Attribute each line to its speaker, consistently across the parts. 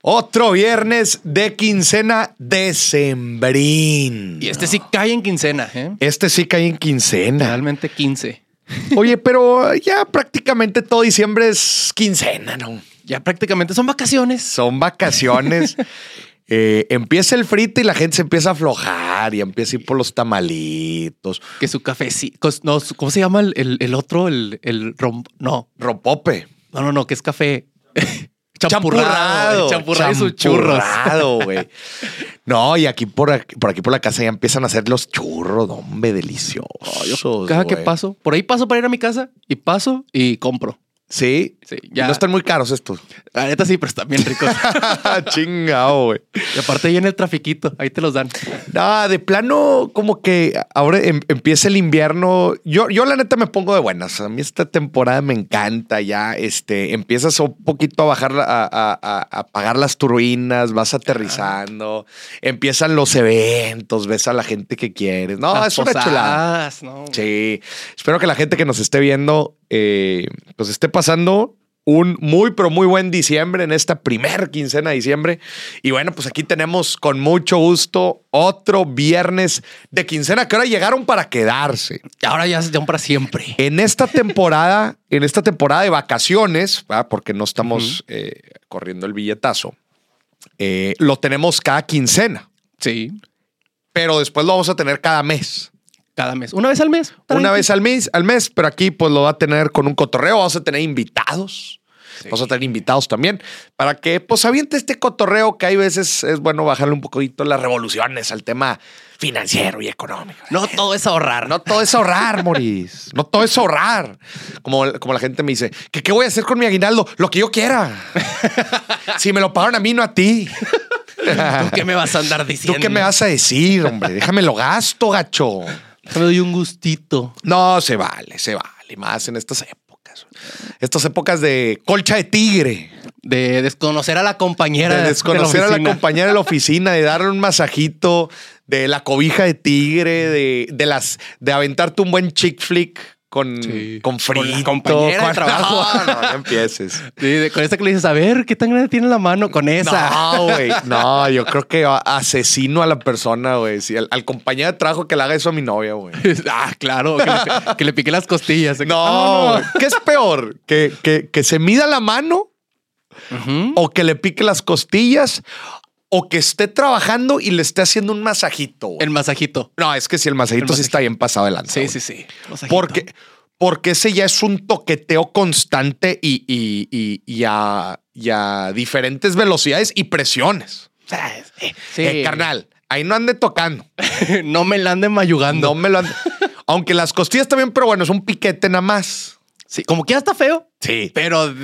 Speaker 1: Otro viernes de quincena decembrín.
Speaker 2: Y este sí cae en quincena, ¿eh?
Speaker 1: Este sí cae en quincena.
Speaker 2: Realmente 15.
Speaker 1: Oye, pero ya prácticamente todo diciembre es quincena, ¿no?
Speaker 2: Ya prácticamente son vacaciones.
Speaker 1: Son vacaciones. Eh, empieza el frito y la gente se empieza a aflojar y empieza a ir por los tamalitos.
Speaker 2: Que su cafecito. No, su- ¿cómo se llama el, el- el otro? El, el rom- No,
Speaker 1: Ropope.
Speaker 2: no, no, no, que es café.
Speaker 1: Champurrado.
Speaker 2: Champurrado. Champurrado y sus churros.
Speaker 1: Champurrado, güey. No, y aquí por, aquí por aquí por la casa ya empiezan a hacer los churros, hombre, deliciosos.
Speaker 2: Cada que
Speaker 1: güey.
Speaker 2: paso, por ahí paso para ir a mi casa y paso y compro.
Speaker 1: Sí.
Speaker 2: Sí,
Speaker 1: Y
Speaker 2: ya.
Speaker 1: No están muy caros estos.
Speaker 2: La neta sí, pero están bien ricos.
Speaker 1: Chingado, güey.
Speaker 2: y aparte viene el trafiquito, ahí te los dan.
Speaker 1: No, de plano, como que ahora em- empieza el invierno. Yo, yo la neta me pongo de buenas. A mí esta temporada me encanta ya. Este, empiezas un poquito a bajar, la- a, a- a- a apagar las turbinas, vas aterrizando, empiezan los eventos, ves a la gente que quieres. No,
Speaker 2: Las
Speaker 1: Ah, es una chulada.
Speaker 2: posadas, ¿no?
Speaker 1: Sí. Espero que la gente que nos esté viendo, eh, pues esté pasando un muy, pero muy buen diciembre en esta primer quincena de diciembre. Y bueno, pues aquí tenemos con mucho gusto otro viernes de quincena que ahora llegaron para quedarse.
Speaker 2: Ahora ya se dan para siempre.
Speaker 1: En esta temporada, en esta temporada de vacaciones, ¿verdad? porque no estamos eh, corriendo el billetazo, eh, lo tenemos cada quincena,
Speaker 2: Sí,
Speaker 1: pero después lo vamos a tener cada mes.
Speaker 2: cada mes. Una vez al mes.
Speaker 1: Una
Speaker 2: tranqui.
Speaker 1: vez al mes, al mes, pero aquí pues lo va a tener con un cotorreo, vamos a tener invitados. Vamos a tener invitados también para que pues aviente este cotorreo que hay veces es bueno bajarle un poquito las revoluciones al tema financiero y económico.
Speaker 2: No todo es ahorrar.
Speaker 1: No todo es ahorrar, Moris. No todo es ahorrar. Como, como la gente me dice, que qué voy a hacer con mi aguinaldo? Lo que yo quiera. Si me lo pagaron a mí, no a ti.
Speaker 2: ¿Tú qué me vas a andar
Speaker 1: ¿Tú
Speaker 2: diciendo?
Speaker 1: qué me vas a decir, hombre? Déjame lo gasto, gacho.
Speaker 2: Me doy un gustito.
Speaker 1: No, se vale, se vale. Más en estas épocas. Estas épocas de colcha de tigre.
Speaker 2: De desconocer a la compañera.
Speaker 1: De
Speaker 2: la
Speaker 1: desconocer a la
Speaker 2: oficina.
Speaker 1: compañera de la oficina, de darle un masajito, de la cobija de tigre, de, de las, de aventarte un buen chick flick con,
Speaker 2: Sí.
Speaker 1: con
Speaker 2: Con la
Speaker 1: frito.
Speaker 2: compañera de
Speaker 1: con-
Speaker 2: trabajo.
Speaker 1: No, no, no empieces.
Speaker 2: Sí, de- con esta que le dices, a ver, ¿qué tan grande tiene la mano con esa?
Speaker 1: No, güey. No, yo creo que asesino a la persona, güey. Sí, al, al compañero de trabajo que le haga eso a mi novia, güey.
Speaker 2: ah, claro, que le, que le piqué las costillas.
Speaker 1: No,
Speaker 2: Ah,
Speaker 1: güey. ¿qué es peor? ¿Que, que, que se mida la mano
Speaker 2: Ujú.
Speaker 1: o que le pique las costillas o que esté trabajando y le esté haciendo un masajito. güey?
Speaker 2: El masajito.
Speaker 1: No, es que si el masajito,
Speaker 2: El
Speaker 1: sí está bien pasado adelante.
Speaker 2: Sí, sí, sí. Masajito.
Speaker 1: Porque, porque ese ya es un toqueteo constante y, y- y- y a, y a diferentes velocidades y presiones.
Speaker 2: Sí.
Speaker 1: Eh, carnal, ahí no ande tocando.
Speaker 2: no me la anden mayugando.
Speaker 1: No me lo ande- Aunque las costillas también, pero bueno, es un piquete nada más.
Speaker 2: Sí, como que ya está feo.
Speaker 1: Sí.
Speaker 2: Pero,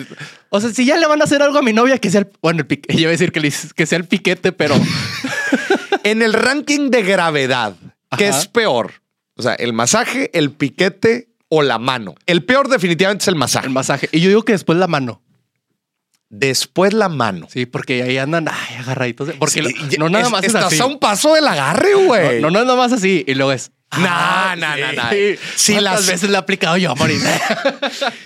Speaker 2: o sea, si ya le van a hacer algo a mi novia, que sea el. Bueno, el piquete. Yo iba a decir que, le- que sea el piquete, pero.
Speaker 1: En el ranking de gravedad, ¿qué
Speaker 2: Ajá.
Speaker 1: es peor? O sea, el masaje, el piquete o la mano. El peor definitivamente es el masaje.
Speaker 2: El masaje. Y yo digo que después la mano.
Speaker 1: Después la mano.
Speaker 2: Sí, porque ahí andan ay, agarraditos. de- Porque
Speaker 1: Sí,
Speaker 2: lo-
Speaker 1: ya-
Speaker 2: no nada
Speaker 1: es-
Speaker 2: más es
Speaker 1: estás
Speaker 2: así.
Speaker 1: a un paso del agarre, güey.
Speaker 2: No, no es nada más así. Y luego es.
Speaker 1: Nah, nah, nah, nah. Si
Speaker 2: Si
Speaker 1: las-
Speaker 2: las veces la he aplicado yo, Moris.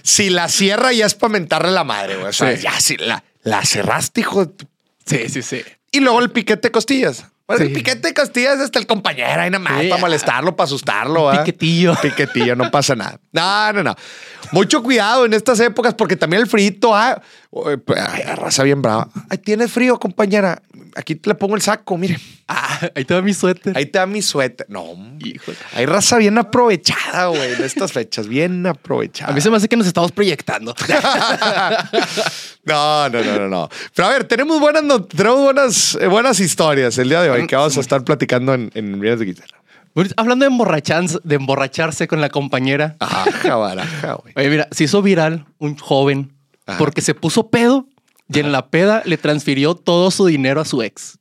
Speaker 1: Si la cierra ya es para mentarle la madre, güey. O sea,
Speaker 2: Sí.
Speaker 1: ya si la, la cerraste, hijo. de tu-
Speaker 2: sí, sí, sí.
Speaker 1: Y luego el piquete de costillas. Bueno,
Speaker 2: Sí.
Speaker 1: el piquete de costillas hasta el compañero ahí nada más
Speaker 2: Sí,
Speaker 1: para
Speaker 2: ah.
Speaker 1: molestarlo, para asustarlo. ¿verdad?
Speaker 2: Piquetillo.
Speaker 1: Piquetillo, no pasa nada. No, no, no. Mucho cuidado en estas épocas porque también el frito, ah, uy, pues, ay, la raza bien brava. Ay, tiene frío, compañera. Aquí le pongo el saco, mire.
Speaker 2: Ah, ahí te va mi suéter.
Speaker 1: Ahí te da mi suéter. No, hombre.
Speaker 2: Híjole.
Speaker 1: hay raza bien aprovechada, güey, en estas fechas. Bien aprovechada.
Speaker 2: A mí se me hace que nos estamos proyectando.
Speaker 1: No, no, no, no, no. Pero a ver, tenemos buenas, no- tenemos buenas, eh, buenas historias el día de hoy que vamos a estar platicando en, en Viernes de Quincena.
Speaker 2: Moris, Hablando de, emborrachanz- de embarracharse con la compañera.
Speaker 1: Ajá, baraja, güey.
Speaker 2: Oye, mira, se hizo viral un joven
Speaker 1: Ajá.
Speaker 2: porque se puso pedo y en la peda le transfirió todo su dinero a su ex.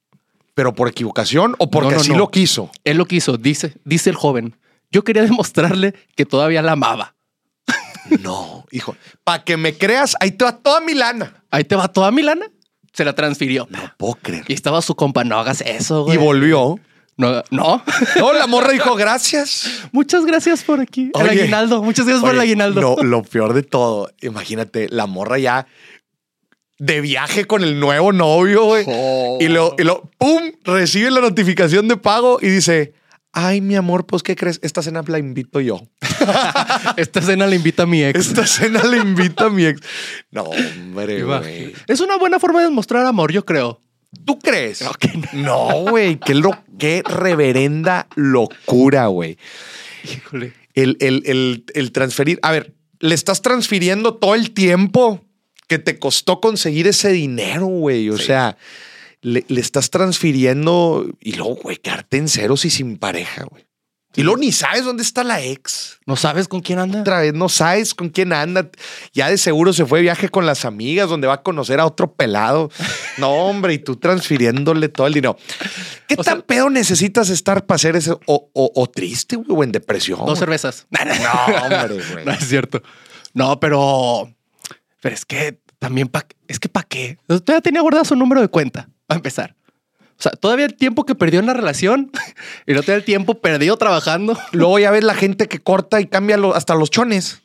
Speaker 1: Pero por equivocación o porque
Speaker 2: No, no,
Speaker 1: así
Speaker 2: no.
Speaker 1: lo quiso.
Speaker 2: Él lo quiso, dice, dice el joven. Yo quería demostrarle que todavía la amaba.
Speaker 1: No, hijo. Para que me creas, ahí te va toda mi lana.
Speaker 2: Ahí te va toda Milana. Se la transfirió.
Speaker 1: No puedo creer.
Speaker 2: Y estaba su compa, no hagas eso,
Speaker 1: Y
Speaker 2: güey.
Speaker 1: volvió.
Speaker 2: no, no.
Speaker 1: No, la morra dijo gracias.
Speaker 2: muchas gracias por aquí.
Speaker 1: Oye.
Speaker 2: el aguinaldo. Muchas gracias por el
Speaker 1: Oye,
Speaker 2: aguinaldo.
Speaker 1: No, lo peor de todo, imagínate, la morra ya de viaje con el nuevo novio, güey.
Speaker 2: Oh.
Speaker 1: Y luego, y luego, ¡pum! Recibe la notificación de pago y dice, ay, mi amor, pues, ¿qué crees? Esta cena la invito yo. Oh.
Speaker 2: Esta escena la invita a mi ex.
Speaker 1: Esta cena la invita mi ex. No, hombre, güey.
Speaker 2: Es una buena forma de mostrar amor, yo creo.
Speaker 1: ¿Tú crees?
Speaker 2: Creo que
Speaker 1: No, güey. Qué, lo, qué reverenda locura, güey.
Speaker 2: Híjole.
Speaker 1: El, el, el, el transferir. A ver, le estás transfiriendo todo el tiempo que te costó conseguir ese dinero, güey. O sea, le, le estás transfiriendo y luego, güey, quedarte en ceros y sin pareja, güey. Y luego ni sabes dónde está la ex
Speaker 2: ¿No sabes con quién anda?
Speaker 1: otra vez, no sabes con quién anda. Ya de seguro se fue de viaje con las amigas donde va a conocer a otro pelado. No, hombre, y tú transfiriéndole todo el dinero. ¿Qué
Speaker 2: O sea-
Speaker 1: tan pedo necesitas estar para hacer eso? O, o- o triste, güey, o en depresión.
Speaker 2: Dos cervezas.
Speaker 1: No, hombre, güey.
Speaker 2: No es cierto. No, pero. Pero es que también. Pa, es que para qué. Todavía tenía guardado su número de cuenta. A empezar. O sea, todavía el tiempo que perdió en la relación y no tenía el tiempo perdido trabajando.
Speaker 1: Luego ya ves la gente que corta y cambia lo- hasta los chones.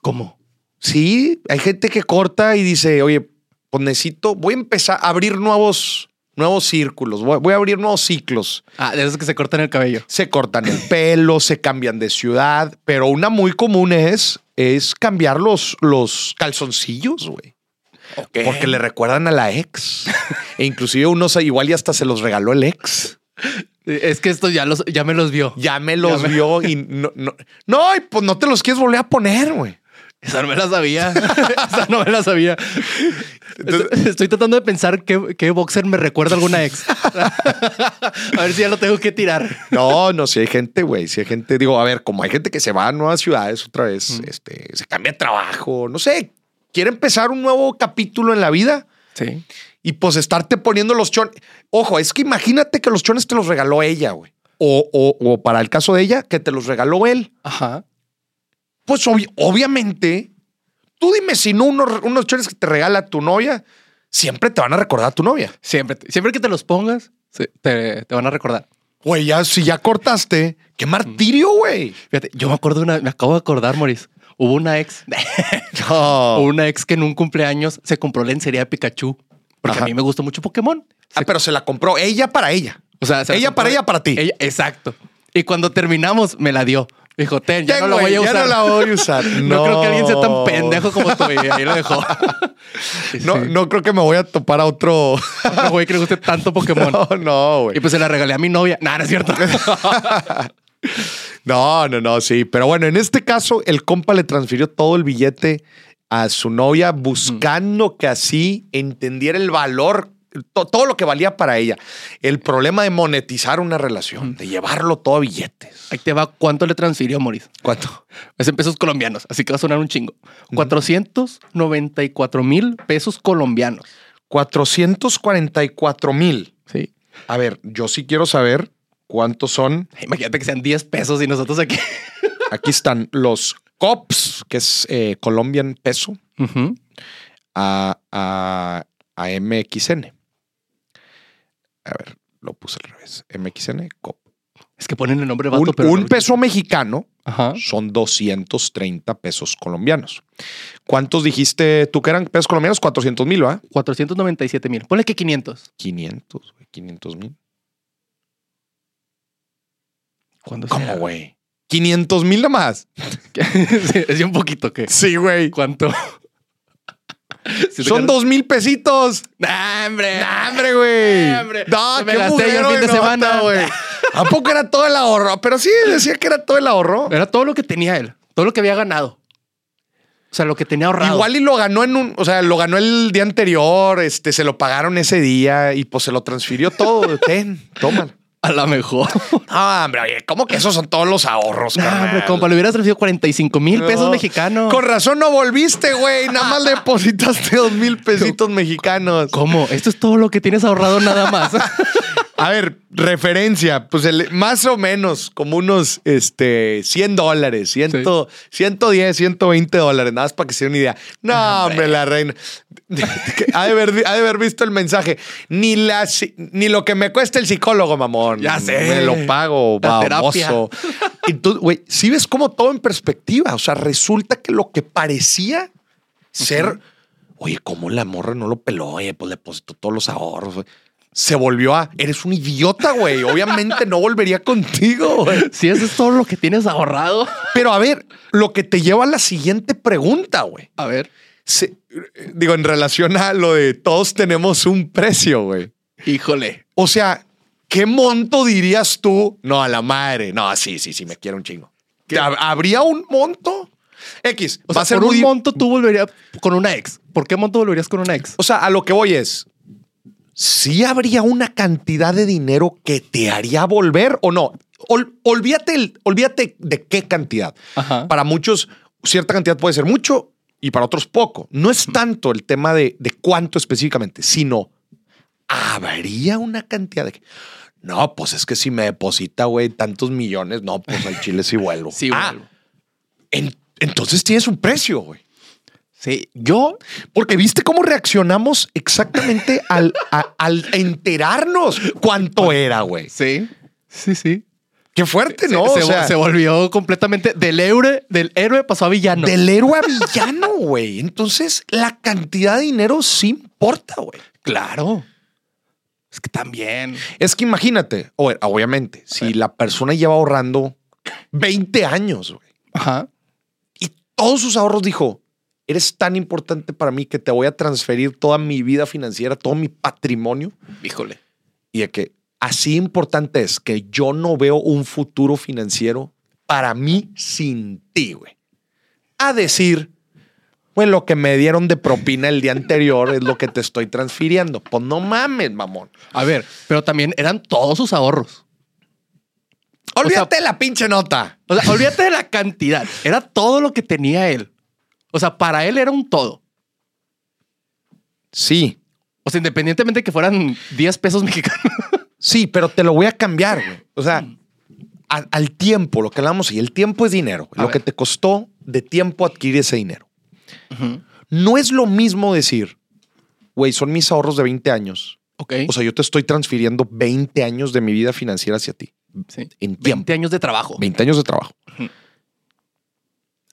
Speaker 2: ¿Cómo?
Speaker 1: Sí, hay gente que corta y dice, oye, pues necesito, voy a empezar a abrir nuevos, nuevos círculos, voy- voy a abrir nuevos ciclos.
Speaker 2: Ah, de esos que se cortan el cabello.
Speaker 1: se cortan el pelo, se cambian de ciudad, pero una muy común es, es cambiar los, los calzoncillos, güey. Porque le recuerdan a la ex. e inclusive unos igual y hasta se los regaló el ex.
Speaker 2: Es que esto ya, los, ya me los vio.
Speaker 1: Ya me los
Speaker 2: Ya me-
Speaker 1: vio y no, no, no, y pues no te los quieres volver a poner, güey.
Speaker 2: Esa no me la sabía. Esa no me la sabía. Estoy- Estoy tratando de pensar qué, qué boxer me recuerda a alguna ex. a ver si ya lo tengo que tirar.
Speaker 1: No, no, si hay gente, güey, si hay gente, digo, a ver, como hay gente que se va a nuevas ciudades otra vez, este, se cambia de trabajo, no sé, quiere empezar un nuevo capítulo en la vida.
Speaker 2: Sí.
Speaker 1: Y pues estarte poniendo los chones. Ojo, es que imagínate que los chones te los regaló ella, güey. O, o- o para el caso de ella, que te los regaló él.
Speaker 2: Ajá.
Speaker 1: Pues obvi- obviamente, tú dime si no unos, unos chones que te regala tu novia, siempre te van a recordar a tu novia.
Speaker 2: Siempre, te- siempre que te los pongas, se- te, te van a recordar.
Speaker 1: Güey, ya, si ya cortaste, qué martirio, güey.
Speaker 2: Fíjate, yo me acuerdo de una, me acabo de acordar, Moris. Hubo una ex, hubo
Speaker 1: No.
Speaker 2: una ex que en un cumpleaños se compró lencería de Pikachu. Porque
Speaker 1: Ajá.
Speaker 2: a mí me gusta mucho Pokémon.
Speaker 1: Ah, pero se la compró ella para ella.
Speaker 2: O sea, se la
Speaker 1: Ella
Speaker 2: compró-
Speaker 1: para ella, para ti.
Speaker 2: Ella- exacto. Y cuando terminamos, me la dio. Dijo, ten, ya
Speaker 1: Ten,
Speaker 2: no la
Speaker 1: güey,
Speaker 2: voy
Speaker 1: ya
Speaker 2: a usar.
Speaker 1: no la voy a usar.
Speaker 2: No, creo que alguien sea tan
Speaker 1: No.
Speaker 2: pendejo como tú. Y ahí lo dejó.
Speaker 1: No, no creo que me voy a topar a otro.
Speaker 2: No, güey, que le guste tanto Pokémon.
Speaker 1: No, no, güey.
Speaker 2: Y pues se la regalé a mi novia. Nada, no es cierto.
Speaker 1: No, no, no, sí. Pero bueno, en este caso, el compa le transfirió todo el billete a su novia buscando que así entendiera el valor, to- todo lo que valía para ella. El problema de monetizar una relación, de llevarlo todo a billetes.
Speaker 2: Ahí te va cuánto le transfirió Moris.
Speaker 1: ¿Cuánto?
Speaker 2: Es en pesos colombianos, así que va a sonar un chingo. 494 mil pesos colombianos.
Speaker 1: 444 mil.
Speaker 2: Sí.
Speaker 1: A ver, yo sí quiero saber cuántos son.
Speaker 2: Imagínate que sean 10 pesos y nosotros aquí.
Speaker 1: Aquí están los COPS, que es eh, Colombian Peso.
Speaker 2: Ujú.
Speaker 1: a, a, a MXN. A ver, lo puse al revés. MXN, cop.
Speaker 2: Pues Es que ponen el nombre vato,
Speaker 1: Un,
Speaker 2: pero.
Speaker 1: un
Speaker 2: no-
Speaker 1: peso mexicano
Speaker 2: Ajá.
Speaker 1: son 230 pesos colombianos. ¿Cuántos dijiste tú que eran pesos colombianos? 400 mil, ¿va?
Speaker 2: 497 mil. Ponle que 500.
Speaker 1: 500, güey, 500 mil.
Speaker 2: ¿Cuándo
Speaker 1: ¿Cómo, güey? 500 mil nomás.
Speaker 2: es un poquito que.
Speaker 1: Sí, güey.
Speaker 2: ¿Cuánto?
Speaker 1: Son dos mil pesitos.
Speaker 2: ¡Nah, hombre!
Speaker 1: ¡Nah, hombre, güey!
Speaker 2: ¡Nah, hombre!
Speaker 1: ¡No,
Speaker 2: Me
Speaker 1: qué
Speaker 2: gasté yo el
Speaker 1: mugrero
Speaker 2: fin de
Speaker 1: nota,
Speaker 2: semana.
Speaker 1: güey! ¿A poco era todo el ahorro? Pero sí, decía que era todo el ahorro.
Speaker 2: Era todo lo que tenía él, todo lo que había ganado. O sea, lo que tenía ahorrado.
Speaker 1: Igual y lo ganó en un, o sea, lo ganó el día anterior, este, se lo pagaron ese día y pues se lo transfirió todo. Ten, toma.
Speaker 2: a la mejor.
Speaker 1: Ah, hombre, oye, ¿cómo que esos son todos los ahorros,
Speaker 2: No,
Speaker 1: carnal?
Speaker 2: hombre, compa, le hubieras recibido 45 mil pesos
Speaker 1: No.
Speaker 2: mexicanos.
Speaker 1: Con razón no volviste, güey. Nada más depositaste dos mil pesitos mexicanos.
Speaker 2: ¿Cómo? Esto es todo lo que tienes ahorrado nada más.
Speaker 1: A ver, referencia, pues el- más o menos como unos este, 100 dólares, 100,
Speaker 2: Sí.
Speaker 1: 110, 120 dólares, nada más para que se den una idea.
Speaker 2: Ah,
Speaker 1: No, hombre, la reina. ha, de haber, ha de haber visto el mensaje. Ni, la, si- ni lo que me cuesta el psicólogo, mamón.
Speaker 2: Ya sé.
Speaker 1: Me lo pago,
Speaker 2: La
Speaker 1: baboso. Y tú, güey, si ves como todo en perspectiva, o sea, resulta que lo que parecía ser... Oye, ¿cómo la morra no lo peló? Oye, pues le depositó todos los ahorros. güey. Se volvió a, eres un idiota, güey. Obviamente no volvería contigo, güey.
Speaker 2: Si eso es todo lo que tienes ahorrado.
Speaker 1: Pero a ver, lo que te lleva a la siguiente pregunta, güey.
Speaker 2: A ver.
Speaker 1: Se- digo, en relación a lo de todos tenemos un precio, güey.
Speaker 2: Híjole.
Speaker 1: O sea, ¿qué monto dirías tú? No, a la madre. No, sí, sí, sí, me quiero un chingo.
Speaker 2: ¿Qué?
Speaker 1: ¿Hab- ¿Habría un monto? X.
Speaker 2: O
Speaker 1: va a
Speaker 2: sea,
Speaker 1: ser
Speaker 2: por un
Speaker 1: muy-
Speaker 2: monto tú volverías con una ex. ¿Por qué monto volverías con una ex?
Speaker 1: O sea, a lo que voy es. ¿Sí habría una cantidad de dinero que te haría volver o no? Ol- olvídate, el- olvídate de qué cantidad.
Speaker 2: Ajá.
Speaker 1: Para muchos, cierta cantidad puede ser mucho y para otros poco. No es tanto el tema de, de cuánto específicamente, sino habría una cantidad de. que, No, pues es que si me deposita, güey, tantos millones, no, pues al Chile sí vuelvo.
Speaker 2: Sí,
Speaker 1: Ah,
Speaker 2: vuelvo.
Speaker 1: en- entonces tienes un precio, güey.
Speaker 2: Sí, yo
Speaker 1: Porque viste cómo reaccionamos exactamente al, a- al enterarnos cuánto era, güey.
Speaker 2: Sí, sí, sí.
Speaker 1: Qué fuerte, ¿no?
Speaker 2: se,
Speaker 1: O sea,
Speaker 2: se volvió completamente del héroe, del héroe pasó a villano.
Speaker 1: del héroe a villano, güey. Entonces, la cantidad de dinero sí importa, güey.
Speaker 2: Claro. Es que también.
Speaker 1: Es que imagínate, o- obviamente, si la persona lleva ahorrando 20 años, güey,
Speaker 2: Ajá.
Speaker 1: y todos sus ahorros dijo, eres tan importante para mí que te voy a transferir toda mi vida financiera, todo mi patrimonio,
Speaker 2: Híjole.
Speaker 1: y de que así importante es que yo no veo un futuro financiero para mí sin ti, güey. A decir, güey, lo que me dieron de propina el día anterior es lo que te estoy transfiriendo. Pues no mames, mamón.
Speaker 2: A ver, pero también eran todos sus ahorros.
Speaker 1: Olvídate de la pinche nota.
Speaker 2: O sea, olvídate de la cantidad. Era todo lo que tenía él. O sea, para él era un todo.
Speaker 1: Sí,
Speaker 2: O sea, independientemente de que fueran 10 pesos mexicanos.
Speaker 1: Sí, pero te lo voy a cambiar, güey. O sea,
Speaker 2: Mm.
Speaker 1: a- al tiempo, lo que hablamos, y el tiempo es dinero.
Speaker 2: A
Speaker 1: lo
Speaker 2: ver.
Speaker 1: que te costó de tiempo adquirir ese dinero. No es lo mismo decir, güey, son mis ahorros de 20 años.
Speaker 2: Ok.
Speaker 1: O sea, yo te estoy transfiriendo 20 años de mi vida financiera hacia ti.
Speaker 2: sí.
Speaker 1: En tiempo.
Speaker 2: 20 años Mm. de trabajo.
Speaker 1: 20 años de trabajo.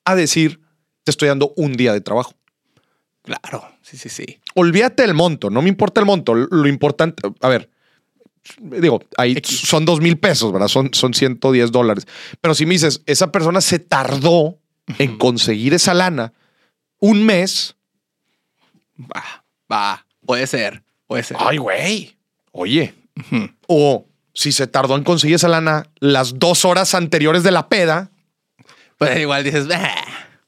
Speaker 1: A decir, te estoy dando un día de trabajo.
Speaker 2: Claro. Sí, sí, sí.
Speaker 1: Olvídate del monto, no me importa el monto. Lo importante, a ver, digo, ahí
Speaker 2: X.
Speaker 1: son dos mil pesos, ¿verdad? Son, son 110 dólares. Pero si me dices, esa persona se tardó en conseguir esa lana un mes.
Speaker 2: Va, va. Puede ser. Puede ser.
Speaker 1: Ay, güey. Oye.
Speaker 2: Ujú.
Speaker 1: O si se tardó en conseguir esa lana las dos horas anteriores de la peda,
Speaker 2: Pues igual dices, "Bah".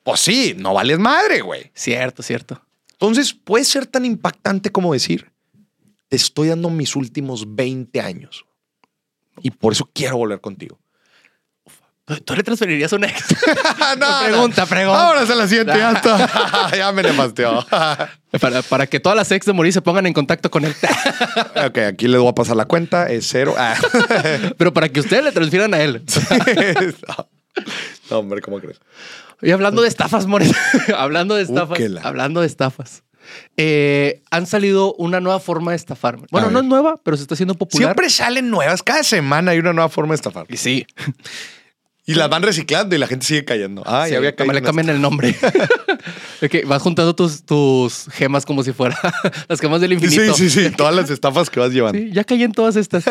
Speaker 1: pues sí, no vales madre, güey.
Speaker 2: Cierto, cierto.
Speaker 1: Entonces puede ser tan impactante como decir, te estoy dando mis últimos 20 años y por eso quiero volver contigo.
Speaker 2: ¿Tú, tú le transferirías una ex?
Speaker 1: pregunta,
Speaker 2: Pregunta,
Speaker 1: pregunta.
Speaker 2: pregunta.
Speaker 1: Ahora se la siguiente, ya está. ya me nefasteó.
Speaker 2: para, para que todas las ex de morir se pongan en contacto con él.
Speaker 1: ok, aquí les voy a pasar la cuenta, es cero. Ah.
Speaker 2: Pero para que ustedes le transfieran a él.
Speaker 1: no. No, hombre, ¿cómo crees?
Speaker 2: Y hablando de estafas, Moris. hablando de estafas.
Speaker 1: Úquela.
Speaker 2: hablando de estafas. Eh, han salido una nueva forma de estafar. Bueno,
Speaker 1: A
Speaker 2: no
Speaker 1: ver.
Speaker 2: es nueva, pero se está haciendo popular.
Speaker 1: Siempre salen nuevas, cada semana hay una nueva forma de estafar.
Speaker 2: Y sí.
Speaker 1: Y las van reciclando y la gente sigue cayendo. Ah,
Speaker 2: Sí,
Speaker 1: ya había caído.
Speaker 2: le
Speaker 1: en esta.
Speaker 2: cambian el nombre. Ok, vas juntando tus, tus gemas como si fuera las gemas del
Speaker 1: Sí,
Speaker 2: infinito.
Speaker 1: este- sí, sí, todas las estafas que vas llevando.
Speaker 2: Sí, ya caí en todas estas.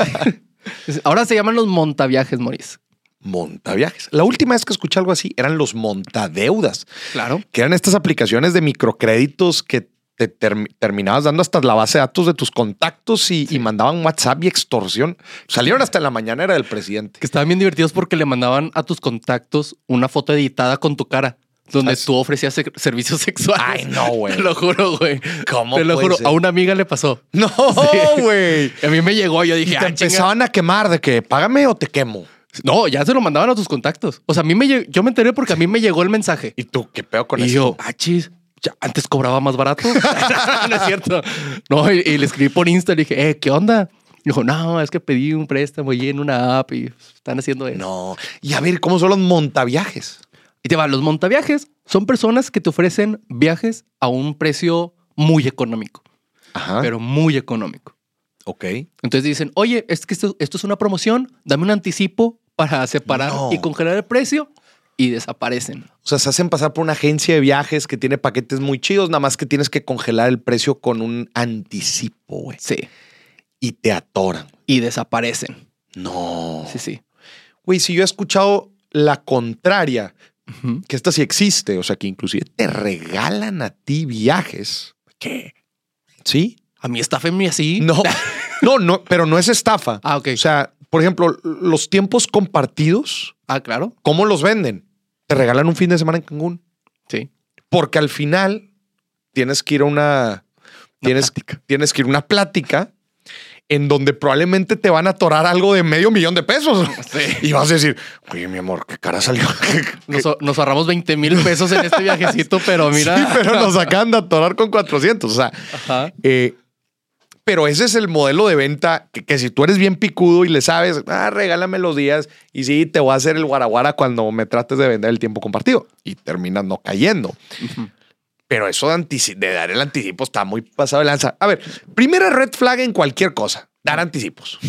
Speaker 2: Ahora se llaman los montaviajes, Moris.
Speaker 1: Montaviajes. La última vez que escuché algo así eran los montadeudas,
Speaker 2: Claro.
Speaker 1: que eran estas aplicaciones de microcréditos que te term- terminabas dando hasta la base de datos de tus contactos y, y mandaban WhatsApp y extorsión. Salieron hasta en la mañanera del presidente.
Speaker 2: Que estaban bien divertidos porque le mandaban a tus contactos una foto editada con tu cara, donde
Speaker 1: Ah, sí.
Speaker 2: tú ofrecías sec- servicios sexuales.
Speaker 1: Ay, no, güey.
Speaker 2: Te lo juro, güey.
Speaker 1: ¿Cómo
Speaker 2: Te lo
Speaker 1: puede
Speaker 2: juro.
Speaker 1: ser?
Speaker 2: A una amiga le pasó.
Speaker 1: No, güey.
Speaker 2: A mí me llegó, yo
Speaker 1: Y
Speaker 2: dije,
Speaker 1: te
Speaker 2: "Ah, chinga".
Speaker 1: empezaban a quemar de que págame o te quemo.
Speaker 2: No, ya se lo mandaban a tus contactos. O sea, a mí me llegó, yo me enteré porque a mí me llegó el mensaje.
Speaker 1: Y tú, qué pedo con
Speaker 2: Y
Speaker 1: eso.
Speaker 2: yo, ah, chis, ya antes cobraba más barato. no es cierto. No, y, y le escribí por Insta, le dije, eh, ¿qué onda? Y dijo, no, es que pedí un préstamo y en una app y están haciendo eso.
Speaker 1: No. Y a ver, ¿cómo son los montaviajes?
Speaker 2: Y te va, los montaviajes son personas que te ofrecen viajes a un precio muy económico,
Speaker 1: Ajá.
Speaker 2: pero muy económico.
Speaker 1: ok.
Speaker 2: Entonces dicen, oye, es que esto, esto es una promoción, dame un anticipo para separar
Speaker 1: No.
Speaker 2: y congelar el precio y y desaparecen.
Speaker 1: O sea, se hacen pasar por una agencia de viajes que tiene paquetes muy chidos, nada más que tienes que congelar el precio con un anticipo, güey.
Speaker 2: Sí.
Speaker 1: Y te atoran.
Speaker 2: Y desaparecen.
Speaker 1: No.
Speaker 2: Sí, sí.
Speaker 1: Güey, si yo he escuchado la contraria,
Speaker 2: Ujú.
Speaker 1: que esta sí existe, o sea, que inclusive te regalan a ti viajes.
Speaker 2: ¿Qué?
Speaker 1: ¿Sí?
Speaker 2: ¿A mí estafa en mí así?
Speaker 1: No, no, no, pero no es estafa.
Speaker 2: Ah, ok.
Speaker 1: O sea, por ejemplo, los tiempos compartidos,
Speaker 2: Ah, claro.
Speaker 1: ¿cómo los venden? Te regalan un fin de semana en Cancún.
Speaker 2: Sí.
Speaker 1: Porque al final tienes que ir a una, tienes, tienes que ir a una plática en donde probablemente te van a atorar algo de medio millón de pesos. Y vas a decir, oye, mi amor, qué cara salió.
Speaker 2: Nos, nos ahorramos 20 mil pesos en este viajecito, pero mira.
Speaker 1: Sí, pero nos acaban de atorar con 400. O sea,
Speaker 2: Ajá.
Speaker 1: eh, pero ese es el modelo de venta que, que si tú eres bien picudo y le sabes, ah, regálame los días y sí, te voy a hacer el guaraguara cuando me trates de vender el tiempo compartido y terminas no cayendo. Pero eso de, antici- de dar el anticipo está muy pasado de lanza. A ver, primera red flag en cualquier cosa, dar anticipos.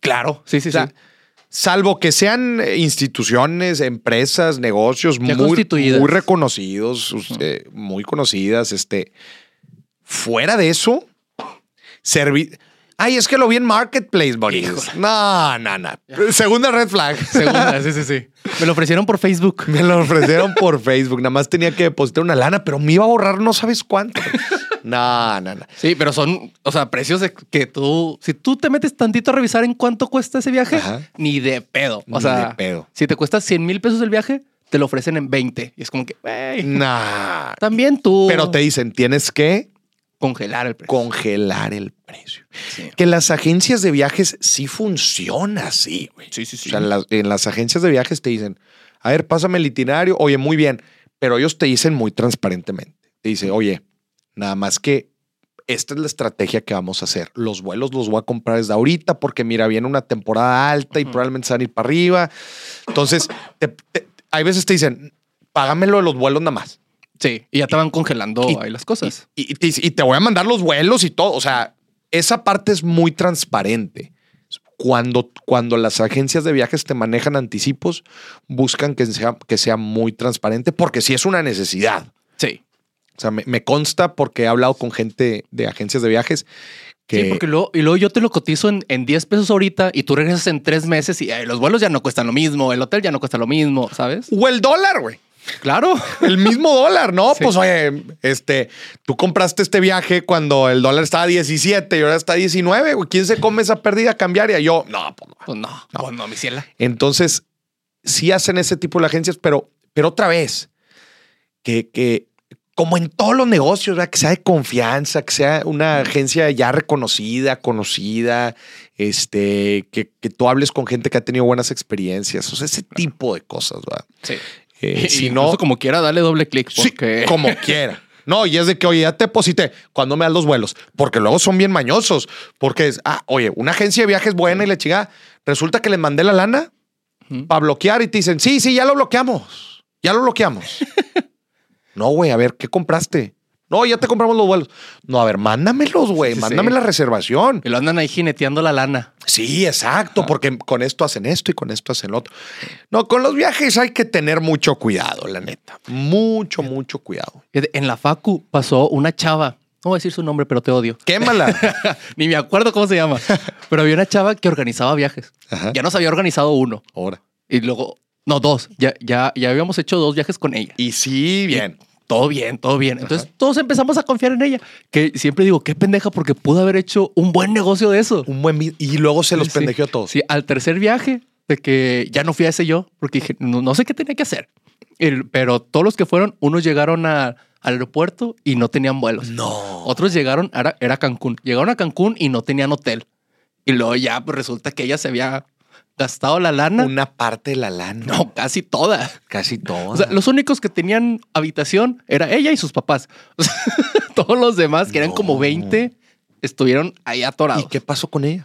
Speaker 2: Claro. Sí, sí,
Speaker 1: O sea,
Speaker 2: sí.
Speaker 1: Salvo que sean eh, instituciones, empresas, negocios
Speaker 2: Ya
Speaker 1: muy,
Speaker 2: constituidas.
Speaker 1: muy reconocidos, us- eh, muy conocidas, este, fuera de eso, servi- Ay, es que lo vi en Marketplace, Boris.
Speaker 2: Híjole.
Speaker 1: No, no, no. Segunda red flag.
Speaker 2: Segunda, sí, sí, sí. Me lo ofrecieron por Facebook.
Speaker 1: Me lo ofrecieron por Facebook. Nada más tenía que depositar una lana, pero me iba a borrar no sabes cuánto. No, no, no.
Speaker 2: Sí, pero son, o sea, precios de que tú, si tú te metes tantito a revisar en cuánto cuesta ese viaje,
Speaker 1: Ajá.
Speaker 2: ni de pedo. O
Speaker 1: Ni
Speaker 2: sea,
Speaker 1: de pedo.
Speaker 2: si te cuesta 100 mil pesos el viaje, te lo ofrecen en 20. Y es como que, güey,
Speaker 1: Nah.
Speaker 2: también tú.
Speaker 1: Pero te dicen, tienes que
Speaker 2: Congelar el precio.
Speaker 1: congelar el precio.
Speaker 2: Sí.
Speaker 1: Que las agencias de viajes sí funciona así, güey.
Speaker 2: Sí, sí, sí.
Speaker 1: O sea, las- en las agencias de viajes te dicen, a ver, pásame el itinerario, oye, muy bien, pero ellos te dicen muy transparentemente. Te dice, oye, nada más que esta es la estrategia que vamos a hacer. Los vuelos los voy a comprar desde ahorita porque mira, viene una temporada alta y probablemente se van a ir para arriba. Entonces, te- te- hay veces te dicen, págamelo de los vuelos nada más.
Speaker 2: Sí, y ya te van congelando
Speaker 1: Y-
Speaker 2: ahí las cosas.
Speaker 1: Y, y te, dice, "Y te voy a mandar los vuelos y todo. O sea, esa parte es muy transparente. Cuando, cuando las agencias de viajes te manejan anticipos, buscan que sea, que sea muy transparente porque sí es una necesidad.
Speaker 2: Sí.
Speaker 1: O sea, me, me consta porque he hablado con gente de agencias de viajes que...
Speaker 2: Sí, porque luego, y luego yo te lo cotizo en, en 10 pesos ahorita y tú regresas en 3 meses y ay, los vuelos ya no cuestan lo mismo, el hotel ya no cuesta lo mismo, ¿sabes?
Speaker 1: O el dólar, güey.
Speaker 2: Claro.
Speaker 1: El mismo dólar, ¿no?
Speaker 2: Sí.
Speaker 1: Pues oye, este, tú compraste este viaje cuando el dólar estaba a 17 y ahora está a 19, güey. ¿Quién se come esa pérdida cambiaria? Yo, no, pues no.
Speaker 2: Pues no, pues no, mi ciela.
Speaker 1: Entonces, sí hacen ese tipo de agencias, pero, pero otra vez, que, que como en todos los negocios, ¿verdad? que sea de confianza, que sea una agencia ya reconocida, conocida, este, que, que tú hables con gente que ha tenido buenas experiencias, o sea, ese tipo de cosas, ¿verdad?
Speaker 2: Sí.
Speaker 1: Eh,
Speaker 2: Y-
Speaker 1: si
Speaker 2: y
Speaker 1: no,
Speaker 2: incluso como quiera, dale doble clic.
Speaker 1: sí,
Speaker 2: Porque...
Speaker 1: como quiera. No, y es de que, oye, ya te posité. cuando me das los vuelos? Porque luego son bien mañosos. Porque es, ah, oye, una agencia de viajes buena y la chingada. Resulta que les mandé la lana
Speaker 2: Ujú.
Speaker 1: para bloquear y te dicen, sí, sí, ya lo bloqueamos. Ya lo bloqueamos. no, güey, a ver, ¿qué compraste? No, ya te compramos los vuelos. No, a ver, mándamelos, güey,
Speaker 2: Sí, sí,
Speaker 1: mándame
Speaker 2: sí.
Speaker 1: la reservación.
Speaker 2: Y lo andan ahí jineteando la lana.
Speaker 1: Sí, exacto, porque con esto hacen esto y con esto hacen lo otro. No, con los viajes hay que tener mucho cuidado, la neta. Mucho, mucho cuidado.
Speaker 2: Fíjate, En la facu pasó una chava. No voy a decir su nombre, pero te odio.
Speaker 1: Quémala.
Speaker 2: Ni me acuerdo cómo se llama. Pero había una chava que organizaba viajes.
Speaker 1: Ajá.
Speaker 2: Ya nos había organizado uno.
Speaker 1: Ahora.
Speaker 2: Y luego, no, dos. Ya, ya, ya habíamos hecho dos viajes con ella.
Speaker 1: Y sí, bien.
Speaker 2: Todo bien, todo bien. Entonces todos empezamos a confiar en ella. Que siempre digo, qué pendeja, porque pudo haber hecho un buen negocio de eso.
Speaker 1: Un buen vi- y luego se los
Speaker 2: Sí.
Speaker 1: pendejeó a todos.
Speaker 2: Sí, al tercer viaje, de que ya no fui a ese yo, porque dije, no, no sé qué tenía que hacer. El- pero todos los que fueron, unos llegaron a- al aeropuerto y no tenían vuelos.
Speaker 1: No.
Speaker 2: Otros llegaron, era, era Cancún. Llegaron a Cancún y no tenían hotel. Y luego ya pues, resulta que ella se había gastado la lana.
Speaker 1: Una parte de la lana.
Speaker 2: No, casi toda.
Speaker 1: Casi todo.
Speaker 2: O sea, los únicos que tenían habitación era ella y sus papás. O sea, todos los demás, que eran
Speaker 1: No.
Speaker 2: como 20, estuvieron ahí atorados.
Speaker 1: ¿Y qué pasó con ella?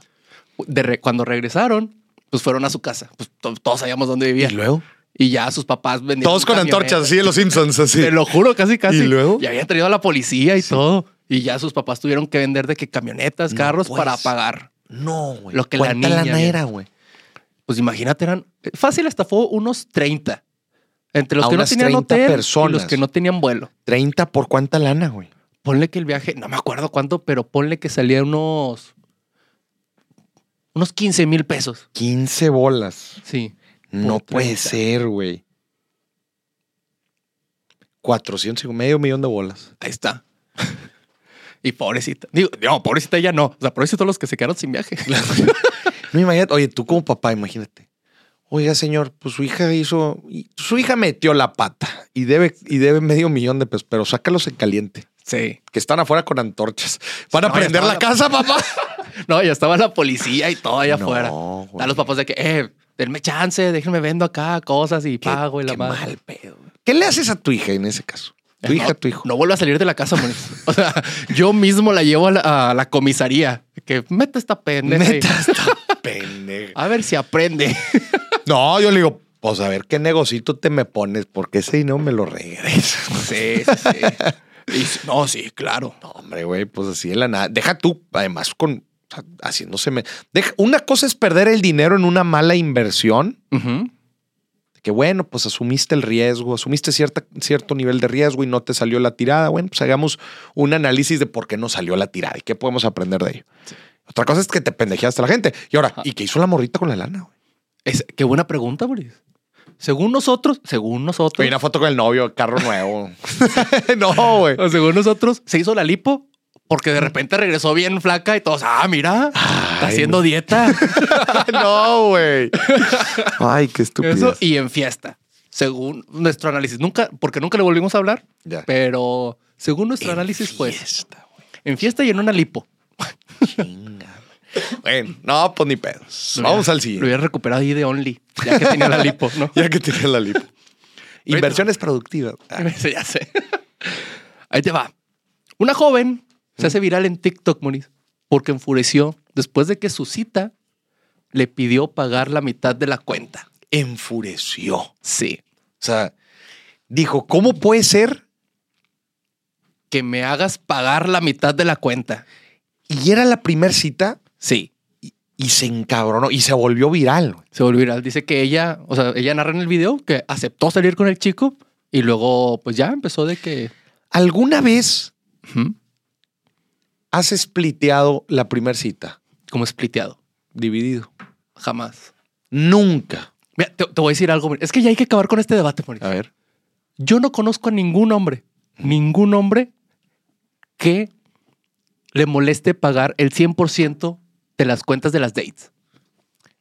Speaker 2: De re- cuando regresaron, pues fueron a su casa. Pues to- todos sabíamos dónde vivía.
Speaker 1: luego?
Speaker 2: Y ya sus papás vendían.
Speaker 1: Todos con antorchas, así de los Simpsons, así.
Speaker 2: Te lo juro, casi, casi.
Speaker 1: ¿Y luego?
Speaker 2: Y habían traído a la policía y todo. Y ya sus papás tuvieron que vender de que camionetas,
Speaker 1: No,
Speaker 2: carros
Speaker 1: pues.
Speaker 2: para pagar.
Speaker 1: No, güey.
Speaker 2: Lo que la
Speaker 1: ¿Cuánta
Speaker 2: niña,
Speaker 1: lana
Speaker 2: bien.
Speaker 1: era, güey?
Speaker 2: eh, Pues imagínate, eran. Fácil estafó unos 30. Entre los
Speaker 1: A
Speaker 2: que no
Speaker 1: unas
Speaker 2: tenían
Speaker 1: 30
Speaker 2: hotel y los
Speaker 1: personas.
Speaker 2: que no tenían vuelo.
Speaker 1: 30 por cuánta lana, güey.
Speaker 2: Ponle que el viaje, no me acuerdo cuánto, pero ponle que salía unos. unos 15 mil pesos.
Speaker 1: 15 bolas.
Speaker 2: Sí.
Speaker 1: No
Speaker 2: Por
Speaker 1: puede
Speaker 2: 30.
Speaker 1: ser, güey. 400 y medio millón de bolas.
Speaker 2: Ahí está. y pobrecita. Digo, no, pobrecita ella no. O sea, pobrecita todos los que se quedaron sin viaje.
Speaker 1: No, imagínate, oye, tú como papá, imagínate. Oiga, señor, pues su hija hizo, y- su hija metió la pata y debe, y debe medio millón de pesos, pero sácalos en caliente,
Speaker 2: sí.
Speaker 1: que están afuera con antorchas. Van a
Speaker 2: No, ya
Speaker 1: prender
Speaker 2: estaba
Speaker 1: la
Speaker 2: la-
Speaker 1: casa, papá.
Speaker 2: No, ya estaba la policía y todo allá
Speaker 1: No,
Speaker 2: afuera.
Speaker 1: güey.
Speaker 2: A los papás de que, eh, denme chance, déjenme vendo acá cosas y
Speaker 1: Qué-
Speaker 2: pago y la
Speaker 1: qué
Speaker 2: madre. Eh,
Speaker 1: mal pedo. ¿Qué le haces a tu hija en ese caso? Tu
Speaker 2: No,
Speaker 1: hija, tu hijo.
Speaker 2: No vuelva a salir de la casa, Moniz. O sea, yo mismo la llevo a la, a la comisaría. Que meta esta pendeja. ahí.
Speaker 1: Neta, está pendeja.
Speaker 2: A ver si aprende.
Speaker 1: No, yo le digo, pues a ver qué negocito te me pones, porque ese dinero me lo regresas.
Speaker 2: Sí, sí, sí. Y s- no, sí, claro.
Speaker 1: No, hombre, güey, pues así de la nada. Deja tú, además, con o sea, haciéndose. me- Deja, una cosa es perder el dinero en una mala inversión,
Speaker 2: Ujú.
Speaker 1: que bueno, pues asumiste el riesgo, asumiste cierta, cierto nivel de riesgo y no te salió la tirada. Bueno, pues hagamos un análisis de por qué no salió la tirada y qué podemos aprender de ello. Otra cosa es que te pendejeaste a la gente. Y ahora, ¿y qué hizo la morrita con la lana, güey?
Speaker 2: Es- qué buena pregunta, Boris. Según nosotros, según nosotros,
Speaker 1: Oye, una foto con el novio, carro nuevo. no, güey.
Speaker 2: o según nosotros, se hizo la lipo porque de repente regresó bien flaca y todos, ah, mira, está
Speaker 1: Ay,
Speaker 2: haciendo dieta.
Speaker 1: no, güey. Ay, qué estúpido.
Speaker 2: Eso y en fiesta. Según nuestro análisis, nunca, porque nunca le volvimos a hablar,
Speaker 1: Ya.
Speaker 2: pero según nuestro análisis, pues en fiesta y en una lipo.
Speaker 1: Bueno, no, pues ni pedos. Vamos
Speaker 2: Lo hubiera-
Speaker 1: al
Speaker 2: Lo
Speaker 1: siguiente.
Speaker 2: hubiera recuperado ahí de Only, ya que tenía la lipo, ¿no?
Speaker 1: Ya que tienes la lipo. Inversiones productivas. Ah,
Speaker 2: Sí, ya sé. Ahí te va. Una joven se hace viral en TikTok, Moniz, porque enfureció después de que su cita le pidió pagar la mitad de la cuenta.
Speaker 1: Enfureció. O
Speaker 2: Sí.
Speaker 1: sea, dijo, ¿cómo puede ser?
Speaker 2: Que me hagas pagar la mitad de la cuenta.
Speaker 1: Y era la primer cita
Speaker 2: Sí.
Speaker 1: y se encabronó y se volvió viral. güey.
Speaker 2: Se volvió viral. Dice que ella, o sea, ella narra en el video que aceptó salir con el chico y luego, pues ya empezó de que.
Speaker 1: ¿Alguna vez
Speaker 2: ujú,
Speaker 1: has spliteado la primer cita?
Speaker 2: Como spliteado.
Speaker 1: Dividido.
Speaker 2: Jamás.
Speaker 1: Nunca.
Speaker 2: Mira, te, te voy a decir algo. Moniz. Es que ya hay que acabar con este debate, Moniz.
Speaker 1: A ver.
Speaker 2: Yo no conozco a ningún hombre, ningún hombre que le moleste pagar el 100% de las cuentas de las dates.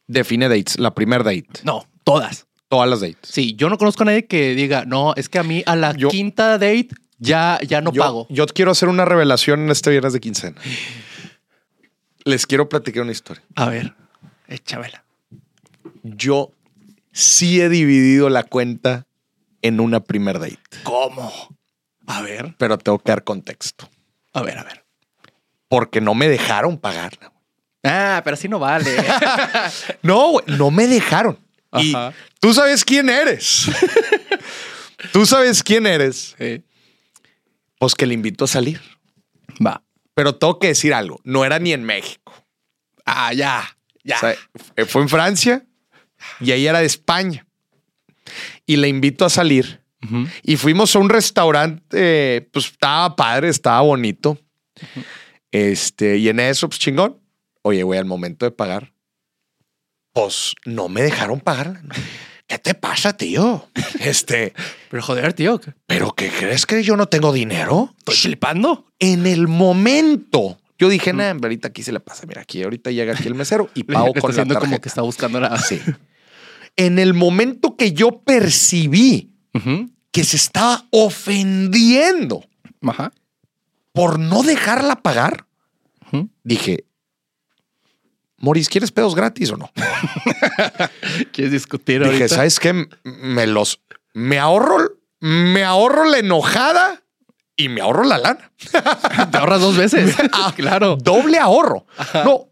Speaker 1: Define dates. La primer date.
Speaker 2: No, todas.
Speaker 1: Todas las dates.
Speaker 2: Sí, yo no conozco a nadie que diga, no, es que a mí a la
Speaker 1: Yo-
Speaker 2: quinta date ya, ya no
Speaker 1: yo,
Speaker 2: pago.
Speaker 1: Yo quiero hacer una revelación en este viernes de quincena. Les quiero platicar una historia.
Speaker 2: A ver, échamela.
Speaker 1: Yo sí he dividido la cuenta en una primer date,
Speaker 2: ¿Cómo? A ver,
Speaker 1: pero tengo que dar contexto.
Speaker 2: a ver, a ver.
Speaker 1: Porque no me dejaron pagarla. güey.
Speaker 2: Ah, pero así no vale.
Speaker 1: No, güey, no me dejaron. Y
Speaker 2: Ajá.
Speaker 1: tú sabes quién eres. tú sabes quién eres.
Speaker 2: Sí.
Speaker 1: Pues que le invito a salir.
Speaker 2: Va.
Speaker 1: Pero tengo que decir algo. No era ni en México.
Speaker 2: Ah, ya, ya.
Speaker 1: O sea, eh, fue en Francia y ella era de España. Y la invito a salir.
Speaker 2: Ujú.
Speaker 1: Y fuimos a un restaurante, eh, pues estaba padre, estaba bonito. Este, y en eso, pues chingón. Oye, güey, al momento de pagar, pues no me dejaron pagarla. ¿no? ¿Qué te pasa, tío? Este,
Speaker 2: Pero joder, tío, ¿qué?
Speaker 1: ¿pero qué crees que yo no tengo dinero?
Speaker 2: estoy flipando.
Speaker 1: En el momento, yo dije, nada, ahorita aquí se la pasa. Mira, aquí ahorita llega aquí el mesero y
Speaker 2: Le
Speaker 1: pago
Speaker 2: está
Speaker 1: con la
Speaker 2: haciendo
Speaker 1: tarjeta.
Speaker 2: como que está buscando la...
Speaker 1: Sí. En el momento que yo percibí
Speaker 2: Ujú.
Speaker 1: que se estaba ofendiendo
Speaker 2: Ajá.
Speaker 1: por no dejarla pagar,
Speaker 2: Ujú.
Speaker 1: dije, Moris, ¿quieres pedos gratis o no?
Speaker 2: ¿Quieres discutir
Speaker 1: dije,
Speaker 2: ahorita?
Speaker 1: ¿sabes qué? M- Me los, me ahorro, me ahorro la enojada y me ahorro la lana.
Speaker 2: Te ahorras dos veces.
Speaker 1: Ah,
Speaker 2: claro.
Speaker 1: Doble ahorro. No.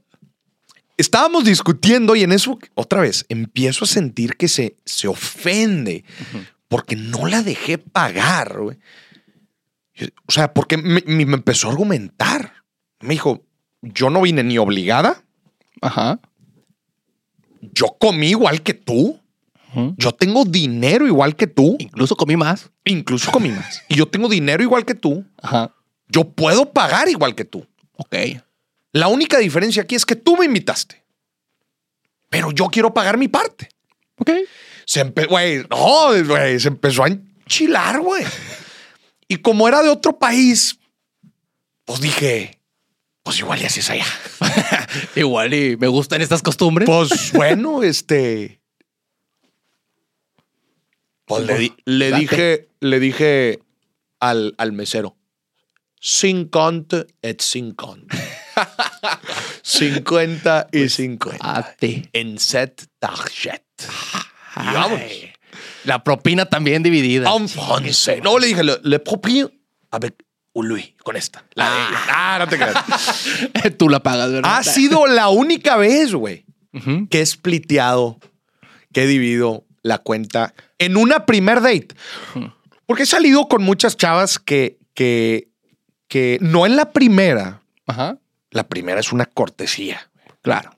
Speaker 1: Estábamos discutiendo y en eso, otra vez, empiezo a sentir que se, se ofende porque no la dejé pagar. güey. Yo- O sea, porque me, me- me empezó a argumentar. Me dijo, yo no vine ni obligada,
Speaker 2: Ajá.
Speaker 1: yo comí igual que tú.
Speaker 2: Ujú.
Speaker 1: Yo tengo dinero igual que tú,
Speaker 2: Incluso comí más.
Speaker 1: incluso comí más. Y yo tengo dinero igual que tú.
Speaker 2: Ajá.
Speaker 1: Yo puedo pagar igual que tú.
Speaker 2: Ok.
Speaker 1: La única diferencia aquí es que tú me invitaste. Pero yo quiero pagar mi parte.
Speaker 2: Ok.
Speaker 1: Se empezó, güey, no, güey, se empezó a enchilar, güey. Y como era de otro país, pues dije, pues igual y así es allá.
Speaker 2: Igual y me gustan estas costumbres.
Speaker 1: Pues bueno, este. Pues le, di- le
Speaker 2: Date.
Speaker 1: dije, le dije al, al mesero: cincuenta et cincuenta. 50 y 50.
Speaker 2: A ti.
Speaker 1: En set target. Y vámonos.
Speaker 2: La propina también dividida.
Speaker 1: En francés. No, le dije, le, le propio avec lui, con esta. La de ella. Ah, no te creas.
Speaker 2: Tú la pagas, ¿verdad?
Speaker 1: ha sido la única vez, güey,
Speaker 2: Ujú.
Speaker 1: que he spliteado, que he dividido la cuenta en una primer date. Porque he salido con muchas chavas que, que, que no en la primera,
Speaker 2: Ajá.
Speaker 1: la primera es una cortesía,
Speaker 2: Claro.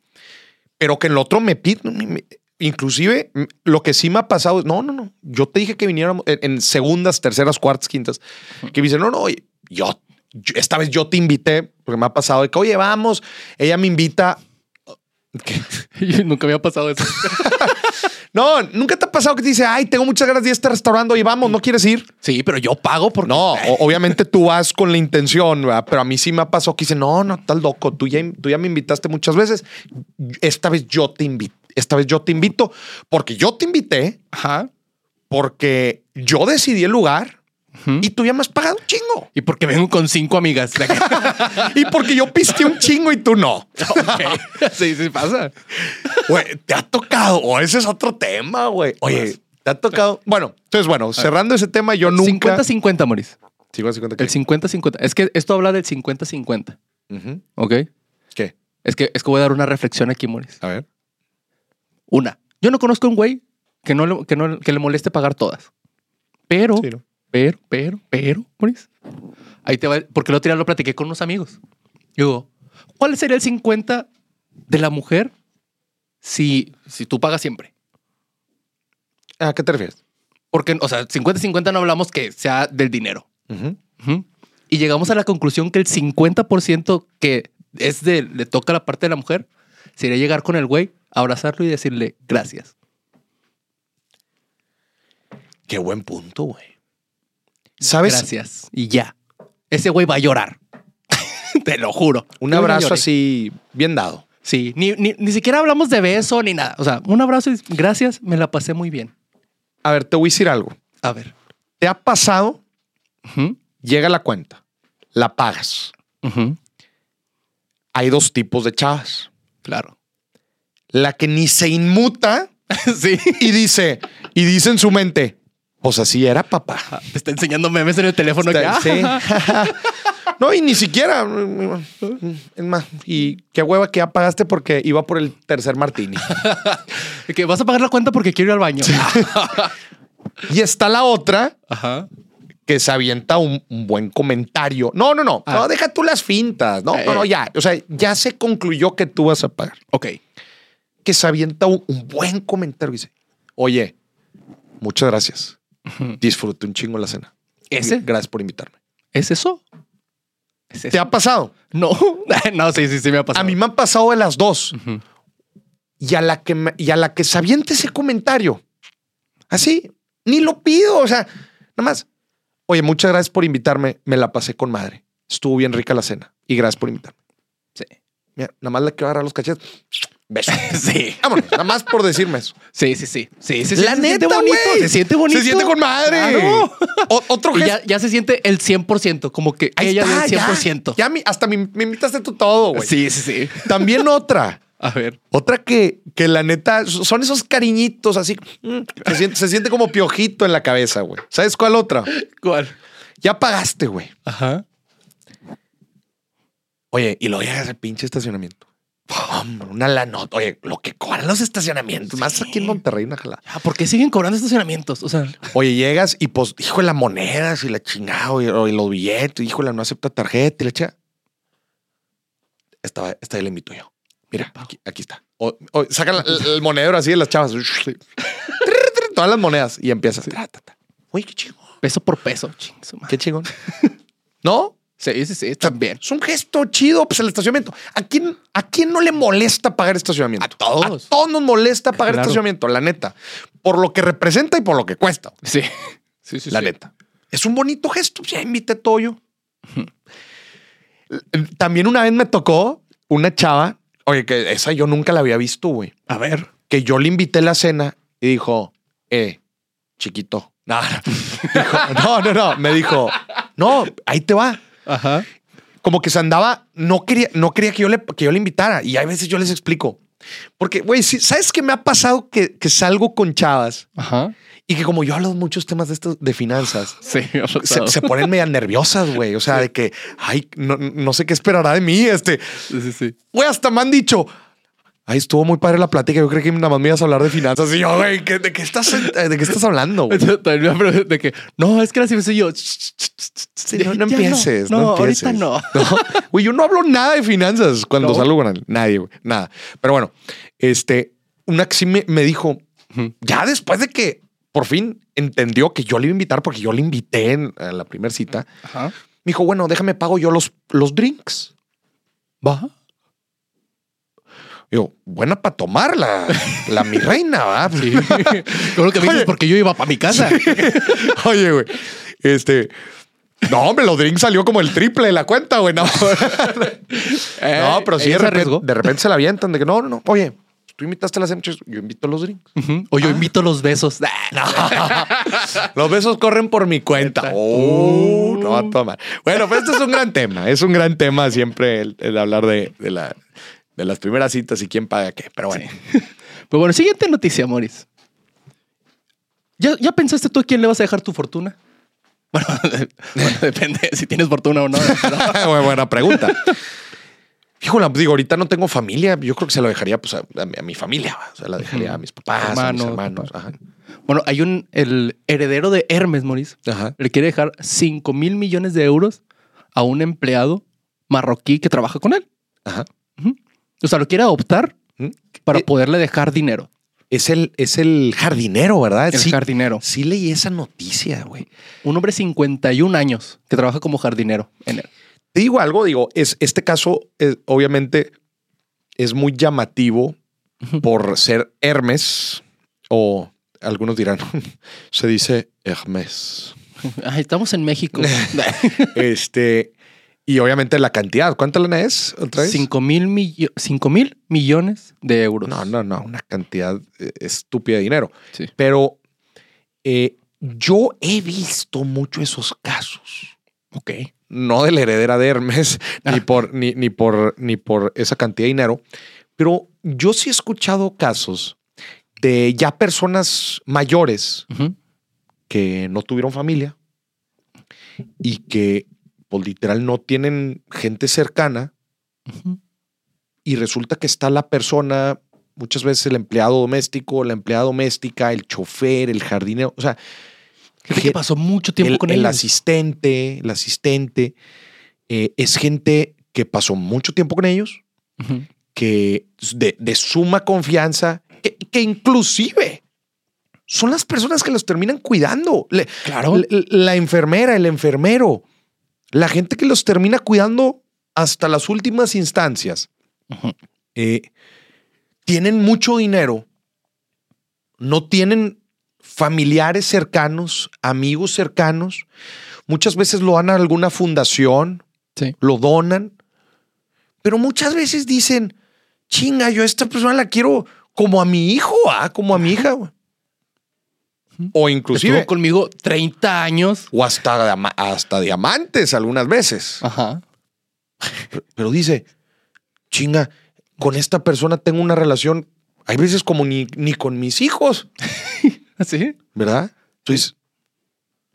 Speaker 1: pero que el otro me pide, me- me- inclusive m- lo que sí me ha pasado, es, no, no, no, yo te dije que viniéramos en, en segundas, terceras, cuartas, quintas, que me dicen, no, no, oye, yo, yo- esta vez yo te invité, porque me ha pasado de que, oye, vamos, ella me invita. ¿Qué?
Speaker 2: Yo nunca había pasado eso.
Speaker 1: No, nunca te ha pasado que te dice, ay, tengo muchas ganas de ir a este restaurante, oye, vamos, ¿no quieres ir?
Speaker 2: sí, pero yo pago por
Speaker 1: No, o- obviamente tú vas con la intención, ¿verdad? pero a mí sí me pasó que dice, no, no, estás loco, tú ya, tú ya me invitaste muchas veces, esta vez yo te invito, esta vez yo te invito, porque yo te invité,
Speaker 2: Ajá.
Speaker 1: porque yo decidí el lugar y tú ya me has pagado un chingo.
Speaker 2: Y porque vengo con cinco amigas.
Speaker 1: Y porque yo piste un chingo y tú no.
Speaker 2: Ok. Sí, sí pasa.
Speaker 1: Güey, te ha tocado, o ese es otro tema, güey. Oye, te ha tocado. Bueno, entonces, bueno, cerrando ese tema, yo nunca.
Speaker 2: 50-50, Moris.
Speaker 1: 50, 50, ¿qué?
Speaker 2: El 50-50. Es que esto habla del 50-50.
Speaker 1: Ujú.
Speaker 2: ¿Ok?
Speaker 1: ¿Qué?
Speaker 2: Es que, es que voy a dar una reflexión aquí, Moris.
Speaker 1: A ver.
Speaker 2: Una. Yo no conozco a un güey que no, le- que no que le moleste pagar todas. Pero,
Speaker 1: Sí, ¿no?
Speaker 2: pero, pero, pero, Moris. Ahí te va. Porque el otro día lo platiqué con unos amigos. Y digo, ¿cuál sería el 50 de la mujer si, si tú pagas siempre?
Speaker 1: ¿A qué te refieres?
Speaker 2: Porque, o sea, 50-50 no hablamos que sea del dinero.
Speaker 1: Ujú.
Speaker 2: Ujú. Y llegamos a la conclusión que el 50% que es de le toca la parte de la mujer sería llegar con el güey, abrazarlo y decirle gracias.
Speaker 1: Qué buen punto, güey. ¿Sabes?
Speaker 2: Gracias. Y ya. Ese güey va a llorar. Te lo juro.
Speaker 1: Un
Speaker 2: Yo no
Speaker 1: abrazo
Speaker 2: lloré.
Speaker 1: así, bien dado.
Speaker 2: Sí, ni, ni, ni siquiera hablamos de beso ni nada. O sea, un abrazo y gracias, me la pasé muy bien.
Speaker 1: A ver, te voy a decir algo.
Speaker 2: A ver.
Speaker 1: ¿Te ha pasado?
Speaker 2: Ujú,
Speaker 1: Llega la cuenta, la pagas.
Speaker 2: ujú,
Speaker 1: Hay dos tipos de chavas.
Speaker 2: Claro.
Speaker 1: La que ni se inmuta
Speaker 2: sí.
Speaker 1: y dice, y dice en su mente, pues así era, papá.
Speaker 2: Ah, Te está enseñando memes en el teléfono.
Speaker 1: Está-
Speaker 2: que- ah,
Speaker 1: sí. no, y ni siquiera. Es más, y qué hueva que ya pagaste porque iba por el tercer martini.
Speaker 2: Que vas a pagar la cuenta porque quiero ir al baño. Ah.
Speaker 1: Y está la otra
Speaker 2: Ajá.
Speaker 1: que se avienta un, un buen comentario. No, no, no.
Speaker 2: Ah. Eh,
Speaker 1: No, deja tú las fintas. No, no, no, ya. O sea, ya se concluyó que tú vas a pagar.
Speaker 2: Ok.
Speaker 1: Que se avienta un, un buen comentario. Dice, oye, muchas gracias. Disfruté un chingo la cena.
Speaker 2: ¿Ese?
Speaker 1: Gracias por invitarme.
Speaker 2: ¿Es eso? ¿Es
Speaker 1: ¿Te
Speaker 2: eso?
Speaker 1: ha pasado?
Speaker 2: No, no, sí, sí, sí me ha pasado.
Speaker 1: A mí me han pasado de las dos.
Speaker 2: Ujú.
Speaker 1: y a la que me- y a la que se aviente ese comentario. Así, ni lo pido, o sea, nada más. Oye, muchas gracias por invitarme, me la pasé con madre. Estuvo bien rica la cena y gracias por invitarme.
Speaker 2: Sí.
Speaker 1: Mira, nada más le quiero agarrar los cachetes. Beso.
Speaker 2: Sí.
Speaker 1: Vámonos, nada más por decirme eso.
Speaker 2: Sí, sí, sí. Sí, sí, sí,
Speaker 1: La
Speaker 2: se
Speaker 1: neta,
Speaker 2: siente bonito.
Speaker 1: güey.
Speaker 2: Se siente bonito.
Speaker 1: Se siente con madre.
Speaker 2: Claro.
Speaker 1: O- otro
Speaker 2: Y
Speaker 1: gesto.
Speaker 2: ya, ya se siente el 100%, como que
Speaker 1: Ahí
Speaker 2: ella
Speaker 1: está,
Speaker 2: dio
Speaker 1: ya.
Speaker 2: el 100%.
Speaker 1: Ya, mi- hasta me, me invitaste tú todo, güey.
Speaker 2: sí, sí, sí.
Speaker 1: También otra.
Speaker 2: A ver.
Speaker 1: Otra que, que la neta son esos cariñitos así. mm, Se siente, se siente como piojito en la cabeza, güey. ¿Sabes cuál otra?
Speaker 2: ¿Cuál?
Speaker 1: Ya pagaste, güey.
Speaker 2: Ajá.
Speaker 1: Oye, y lo llegas al pinche estacionamiento. Hombre, una lanota. Oye, lo que cobran los estacionamientos. Más aquí en Monterrey, una jalada.
Speaker 2: Ah, ¿Por qué siguen cobrando estacionamientos? O sea,
Speaker 1: Oye, llegas y pues, hijo de la moneda, si la chingada, oye, oye, los billetes, hijo de la no acepta tarjeta y la chica. Esta, esta ya la invito yo. Mira, aquí, aquí está. O, o sacan la- el, el monedero así de las chavas. todas las monedas y empiezas. Tra, ta, ta. Uy, qué chingón.
Speaker 2: Peso por peso. Ching, su madre.
Speaker 1: Qué chingón. ¿No?
Speaker 2: Sí, sí, sí, también.
Speaker 1: Es un gesto chido, pues el estacionamiento. ¿A quién, ¿A quién no le molesta pagar estacionamiento?
Speaker 2: A todos.
Speaker 1: A todos nos molesta pagar
Speaker 2: Claro.
Speaker 1: estacionamiento, la neta. Por lo que representa y por lo que cuesta.
Speaker 2: Sí. Sí, sí,
Speaker 1: la
Speaker 2: sí.
Speaker 1: neta. Es un bonito gesto. pues, Ya invité todo yo. También una vez me tocó una chava, oye, que esa yo nunca la había visto, güey.
Speaker 2: A ver.
Speaker 1: Que yo le invité la cena y dijo, eh, chiquito. No, no. Dijo, no, no, no. Me dijo, no, ahí te va
Speaker 2: Ajá.
Speaker 1: como que se andaba, no quería, no quería que yo le, que yo le invitara. Y hay veces yo les explico. Porque, güey, sí, ¿sabes qué me ha pasado que, que salgo con chavas
Speaker 2: Ajá.
Speaker 1: y que como yo hablo muchos temas de estos de finanzas,
Speaker 2: Sí, me ha
Speaker 1: se,
Speaker 2: pasado.
Speaker 1: se ponen medio nerviosas, güey? O sea, de que, ay, no, no sé qué esperará de mí. Este,
Speaker 2: Sí, sí, sí.
Speaker 1: güey, hasta me han dicho, ay, estuvo muy padre la plática. Yo creo que nada más me ibas a hablar de finanzas. Y yo, güey, ¿qué- ¿de qué estás, eh, de qué estás hablando? güey?
Speaker 2: Entonces, También me ha preguntado de que, no, es que así me soy yo.
Speaker 1: Sí, no, no
Speaker 2: Ya
Speaker 1: empieces, no,
Speaker 2: No,
Speaker 1: empieces.
Speaker 2: ahorita no.
Speaker 1: Güey, yo no hablo nada de finanzas cuando
Speaker 2: No.
Speaker 1: salgo con él. Nadie, güey, nada. Pero bueno, este, una que sí me, me dijo,
Speaker 2: Ujú.
Speaker 1: ya después de que por fin entendió que yo le iba a invitar, porque yo le invité en, a la primera cita,
Speaker 2: Ajá.
Speaker 1: me dijo, bueno, déjame pago yo los, los drinks.
Speaker 2: Va.
Speaker 1: Yo, buena para tomar la, la mi reina, ¿va?
Speaker 2: Con lo que me dices
Speaker 1: Oye.
Speaker 2: porque yo iba para mi casa.
Speaker 1: Oye, güey, este... No, hombre, los drinks salió como el triple de la cuenta, güey. No,
Speaker 2: Eh,
Speaker 1: No, pero sí
Speaker 2: ¿Ella
Speaker 1: de
Speaker 2: se
Speaker 1: repente,
Speaker 2: arriesgó?
Speaker 1: de repente se la avientan de que no, no, no. Oye, tú invitaste a las emchas, yo invito los drinks.
Speaker 2: Ujú. O yo invito los besos. Ah, no.
Speaker 1: los besos corren por mi cuenta. Oh, no, toma. Bueno, pues este es un gran tema. Es un gran tema siempre el, el hablar de, de la- de las primeras citas y quién paga qué. Pero bueno,
Speaker 2: Pero Pues bueno, siguiente noticia, Moris. ¿Ya, ¿Ya pensaste tú a quién le vas a dejar tu fortuna? Bueno, bueno, depende si tienes fortuna o no. pero-
Speaker 1: Bueno, buena pregunta. Híjole, pues digo, ahorita no tengo familia. Yo creo que se lo dejaría pues, a, a mi, a mi familia. O sea, la dejaría a mis papás, a mis hermanos.
Speaker 2: Hermanos, Bueno, hay un el heredero de Hermes, Moris.
Speaker 1: Ajá. Ajá.
Speaker 2: Le quiere dejar 5 mil millones de euros a un empleado marroquí que trabaja con él.
Speaker 1: Ajá.
Speaker 2: Ujú. O sea, lo quiere adoptar
Speaker 1: ¿Mm?
Speaker 2: para
Speaker 1: Eh.
Speaker 2: poderle dejar dinero.
Speaker 1: Es el, es el jardinero, ¿verdad?
Speaker 2: El
Speaker 1: ah, Sí,
Speaker 2: jardinero.
Speaker 1: Sí leí esa noticia, güey.
Speaker 2: Un hombre de 51 años que trabaja como jardinero en él.
Speaker 1: Te digo algo, digo, es, este caso es- obviamente es muy llamativo
Speaker 2: Ujú.
Speaker 1: por ser Hermes o algunos dirán, se dice Hermes.
Speaker 2: Ay, estamos en México.
Speaker 1: este, y obviamente la cantidad, ¿cuánta lana es otra vez?
Speaker 2: 5 mil, millo- cinco mil millones de euros.
Speaker 1: No, no, no, una cantidad eh, estúpida de dinero.
Speaker 2: Sí.
Speaker 1: Pero eh, yo he visto mucho esos casos.
Speaker 2: Ok.
Speaker 1: no de la heredera de Hermes, ni,
Speaker 2: Ah.
Speaker 1: por, ni, ni por, ni por esa cantidad de dinero, pero yo sí he escuchado casos de ya personas mayores
Speaker 2: Ujú.
Speaker 1: que no tuvieron familia y que pues, literal no tienen gente cercana
Speaker 2: Ujú.
Speaker 1: y resulta que está la persona, muchas veces el empleado doméstico, la empleada doméstica, el chofer, el jardinero, o sea,
Speaker 2: Gente que
Speaker 1: Je-
Speaker 2: pasó mucho tiempo
Speaker 1: el,
Speaker 2: con
Speaker 1: el
Speaker 2: él.
Speaker 1: asistente, el asistente, eh, es gente que pasó mucho tiempo con ellos, que es de, de suma confianza, que, que inclusive son las personas que los terminan cuidando. Le-
Speaker 2: Claro.
Speaker 1: le- la enfermera, el enfermero, la gente que los termina cuidando hasta las últimas instancias.
Speaker 2: Ujú.
Speaker 1: Eh, tienen mucho dinero, no tienen familiares cercanos, amigos cercanos, muchas veces lo dan a alguna fundación,
Speaker 2: Sí.
Speaker 1: lo donan, pero muchas veces dicen, chinga, yo a esta persona la quiero como a mi hijo, ah, como a mi hija. güey". O inclusive,
Speaker 2: Estuvo conmigo 30 años.
Speaker 1: o hasta, diama- hasta diamantes algunas veces.
Speaker 2: Ajá.
Speaker 1: Ah, Pero dice, chinga, con esta persona tengo una relación, hay veces como ni, ni con mis hijos,
Speaker 2: ¿Sí?
Speaker 1: ¿verdad? Entonces,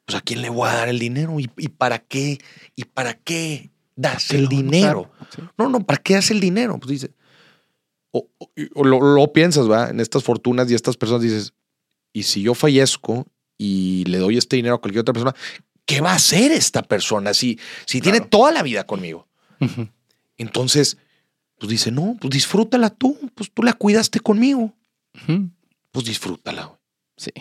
Speaker 1: pues a quién le voy a dar el dinero y, y para qué, y para qué das el
Speaker 2: Claro,
Speaker 1: dinero.
Speaker 2: claro.
Speaker 1: No, no, ¿para qué das el dinero? Pues dice, o, o- y- o lo, lo piensas, ¿verdad? En estas fortunas y estas personas dices, y si yo fallezco y le doy este dinero a cualquier otra persona, ¿qué va a hacer esta persona si, si tiene
Speaker 2: Claro.
Speaker 1: toda la vida conmigo?
Speaker 2: Sí. Ujú.
Speaker 1: Entonces, pues dice, no, pues disfrútala tú, pues tú la cuidaste conmigo,
Speaker 2: Ujú.
Speaker 1: pues disfrútala. güey.
Speaker 2: Sí.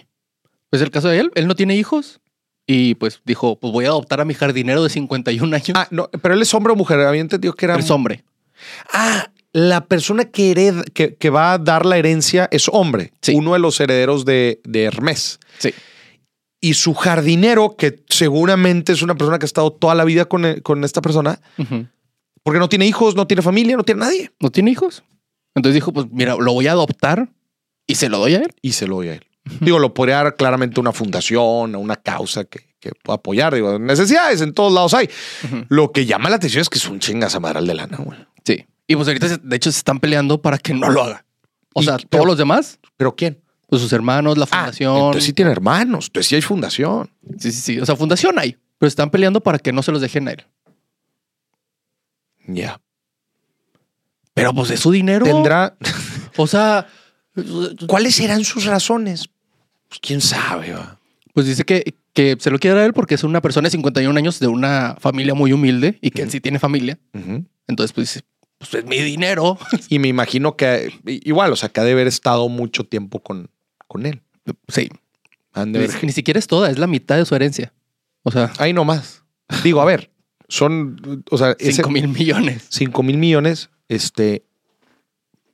Speaker 2: Pues el caso de él, él no tiene hijos y pues dijo, pues voy a adoptar a mi jardinero de 51 años.
Speaker 1: Ah, no, pero él es hombre o mujer. Había entendido que era.
Speaker 2: es hombre.
Speaker 1: Ah, la persona que, hereda- que, que va a dar la herencia es hombre.
Speaker 2: Sí.
Speaker 1: Uno de los herederos de, de Hermes.
Speaker 2: Sí.
Speaker 1: Y su jardinero, que seguramente es una persona que ha estado toda la vida con, con esta persona,
Speaker 2: Ujú.
Speaker 1: porque no tiene hijos, no tiene familia, no tiene nadie.
Speaker 2: No tiene hijos. Entonces dijo, pues mira, lo voy a adoptar y se lo doy a él.
Speaker 1: Y se lo doy a él. Digo, lo podría dar claramente a una fundación, a una causa que, que pueda apoyar. Digo, necesidades en todos lados hay.
Speaker 2: Ujú.
Speaker 1: Lo que llama la atención es que es un chingazamadral de lana, güey.
Speaker 2: Sí. Y pues ahorita, se- de hecho, se están peleando para que no lo haga. O
Speaker 1: Y-
Speaker 2: sea,
Speaker 1: pero-
Speaker 2: todos los demás,
Speaker 1: ¿Pero quién?
Speaker 2: pues sus hermanos, la
Speaker 1: Ah,
Speaker 2: fundación.
Speaker 1: entonces sí tiene hermanos. Entonces sí hay fundación.
Speaker 2: sí, sí, sí. O sea, fundación hay, pero están peleando para que no se los dejen a él.
Speaker 1: Ya.
Speaker 2: Pero pues es su dinero.
Speaker 1: Tendrá...
Speaker 2: O sea,
Speaker 1: ¿Cuáles serán sus razones? Pues quién sabe. va.
Speaker 2: pues dice que, que se lo quiere dar a él porque es una persona de 51 años de una familia muy humilde y que él sí tiene familia. Entonces, pues dice, pues es mi dinero.
Speaker 1: Y me imagino que i- igual, o sea, que ha de haber estado mucho tiempo con, con él.
Speaker 2: Sí.
Speaker 1: Han de
Speaker 2: Ni,
Speaker 1: haber-
Speaker 2: ni siquiera es toda, es la mitad de su herencia. O sea,
Speaker 1: Ahí nomás. Digo, a ver, son, o sea, ese
Speaker 2: 5 mil millones.
Speaker 1: 5 mil millones, este,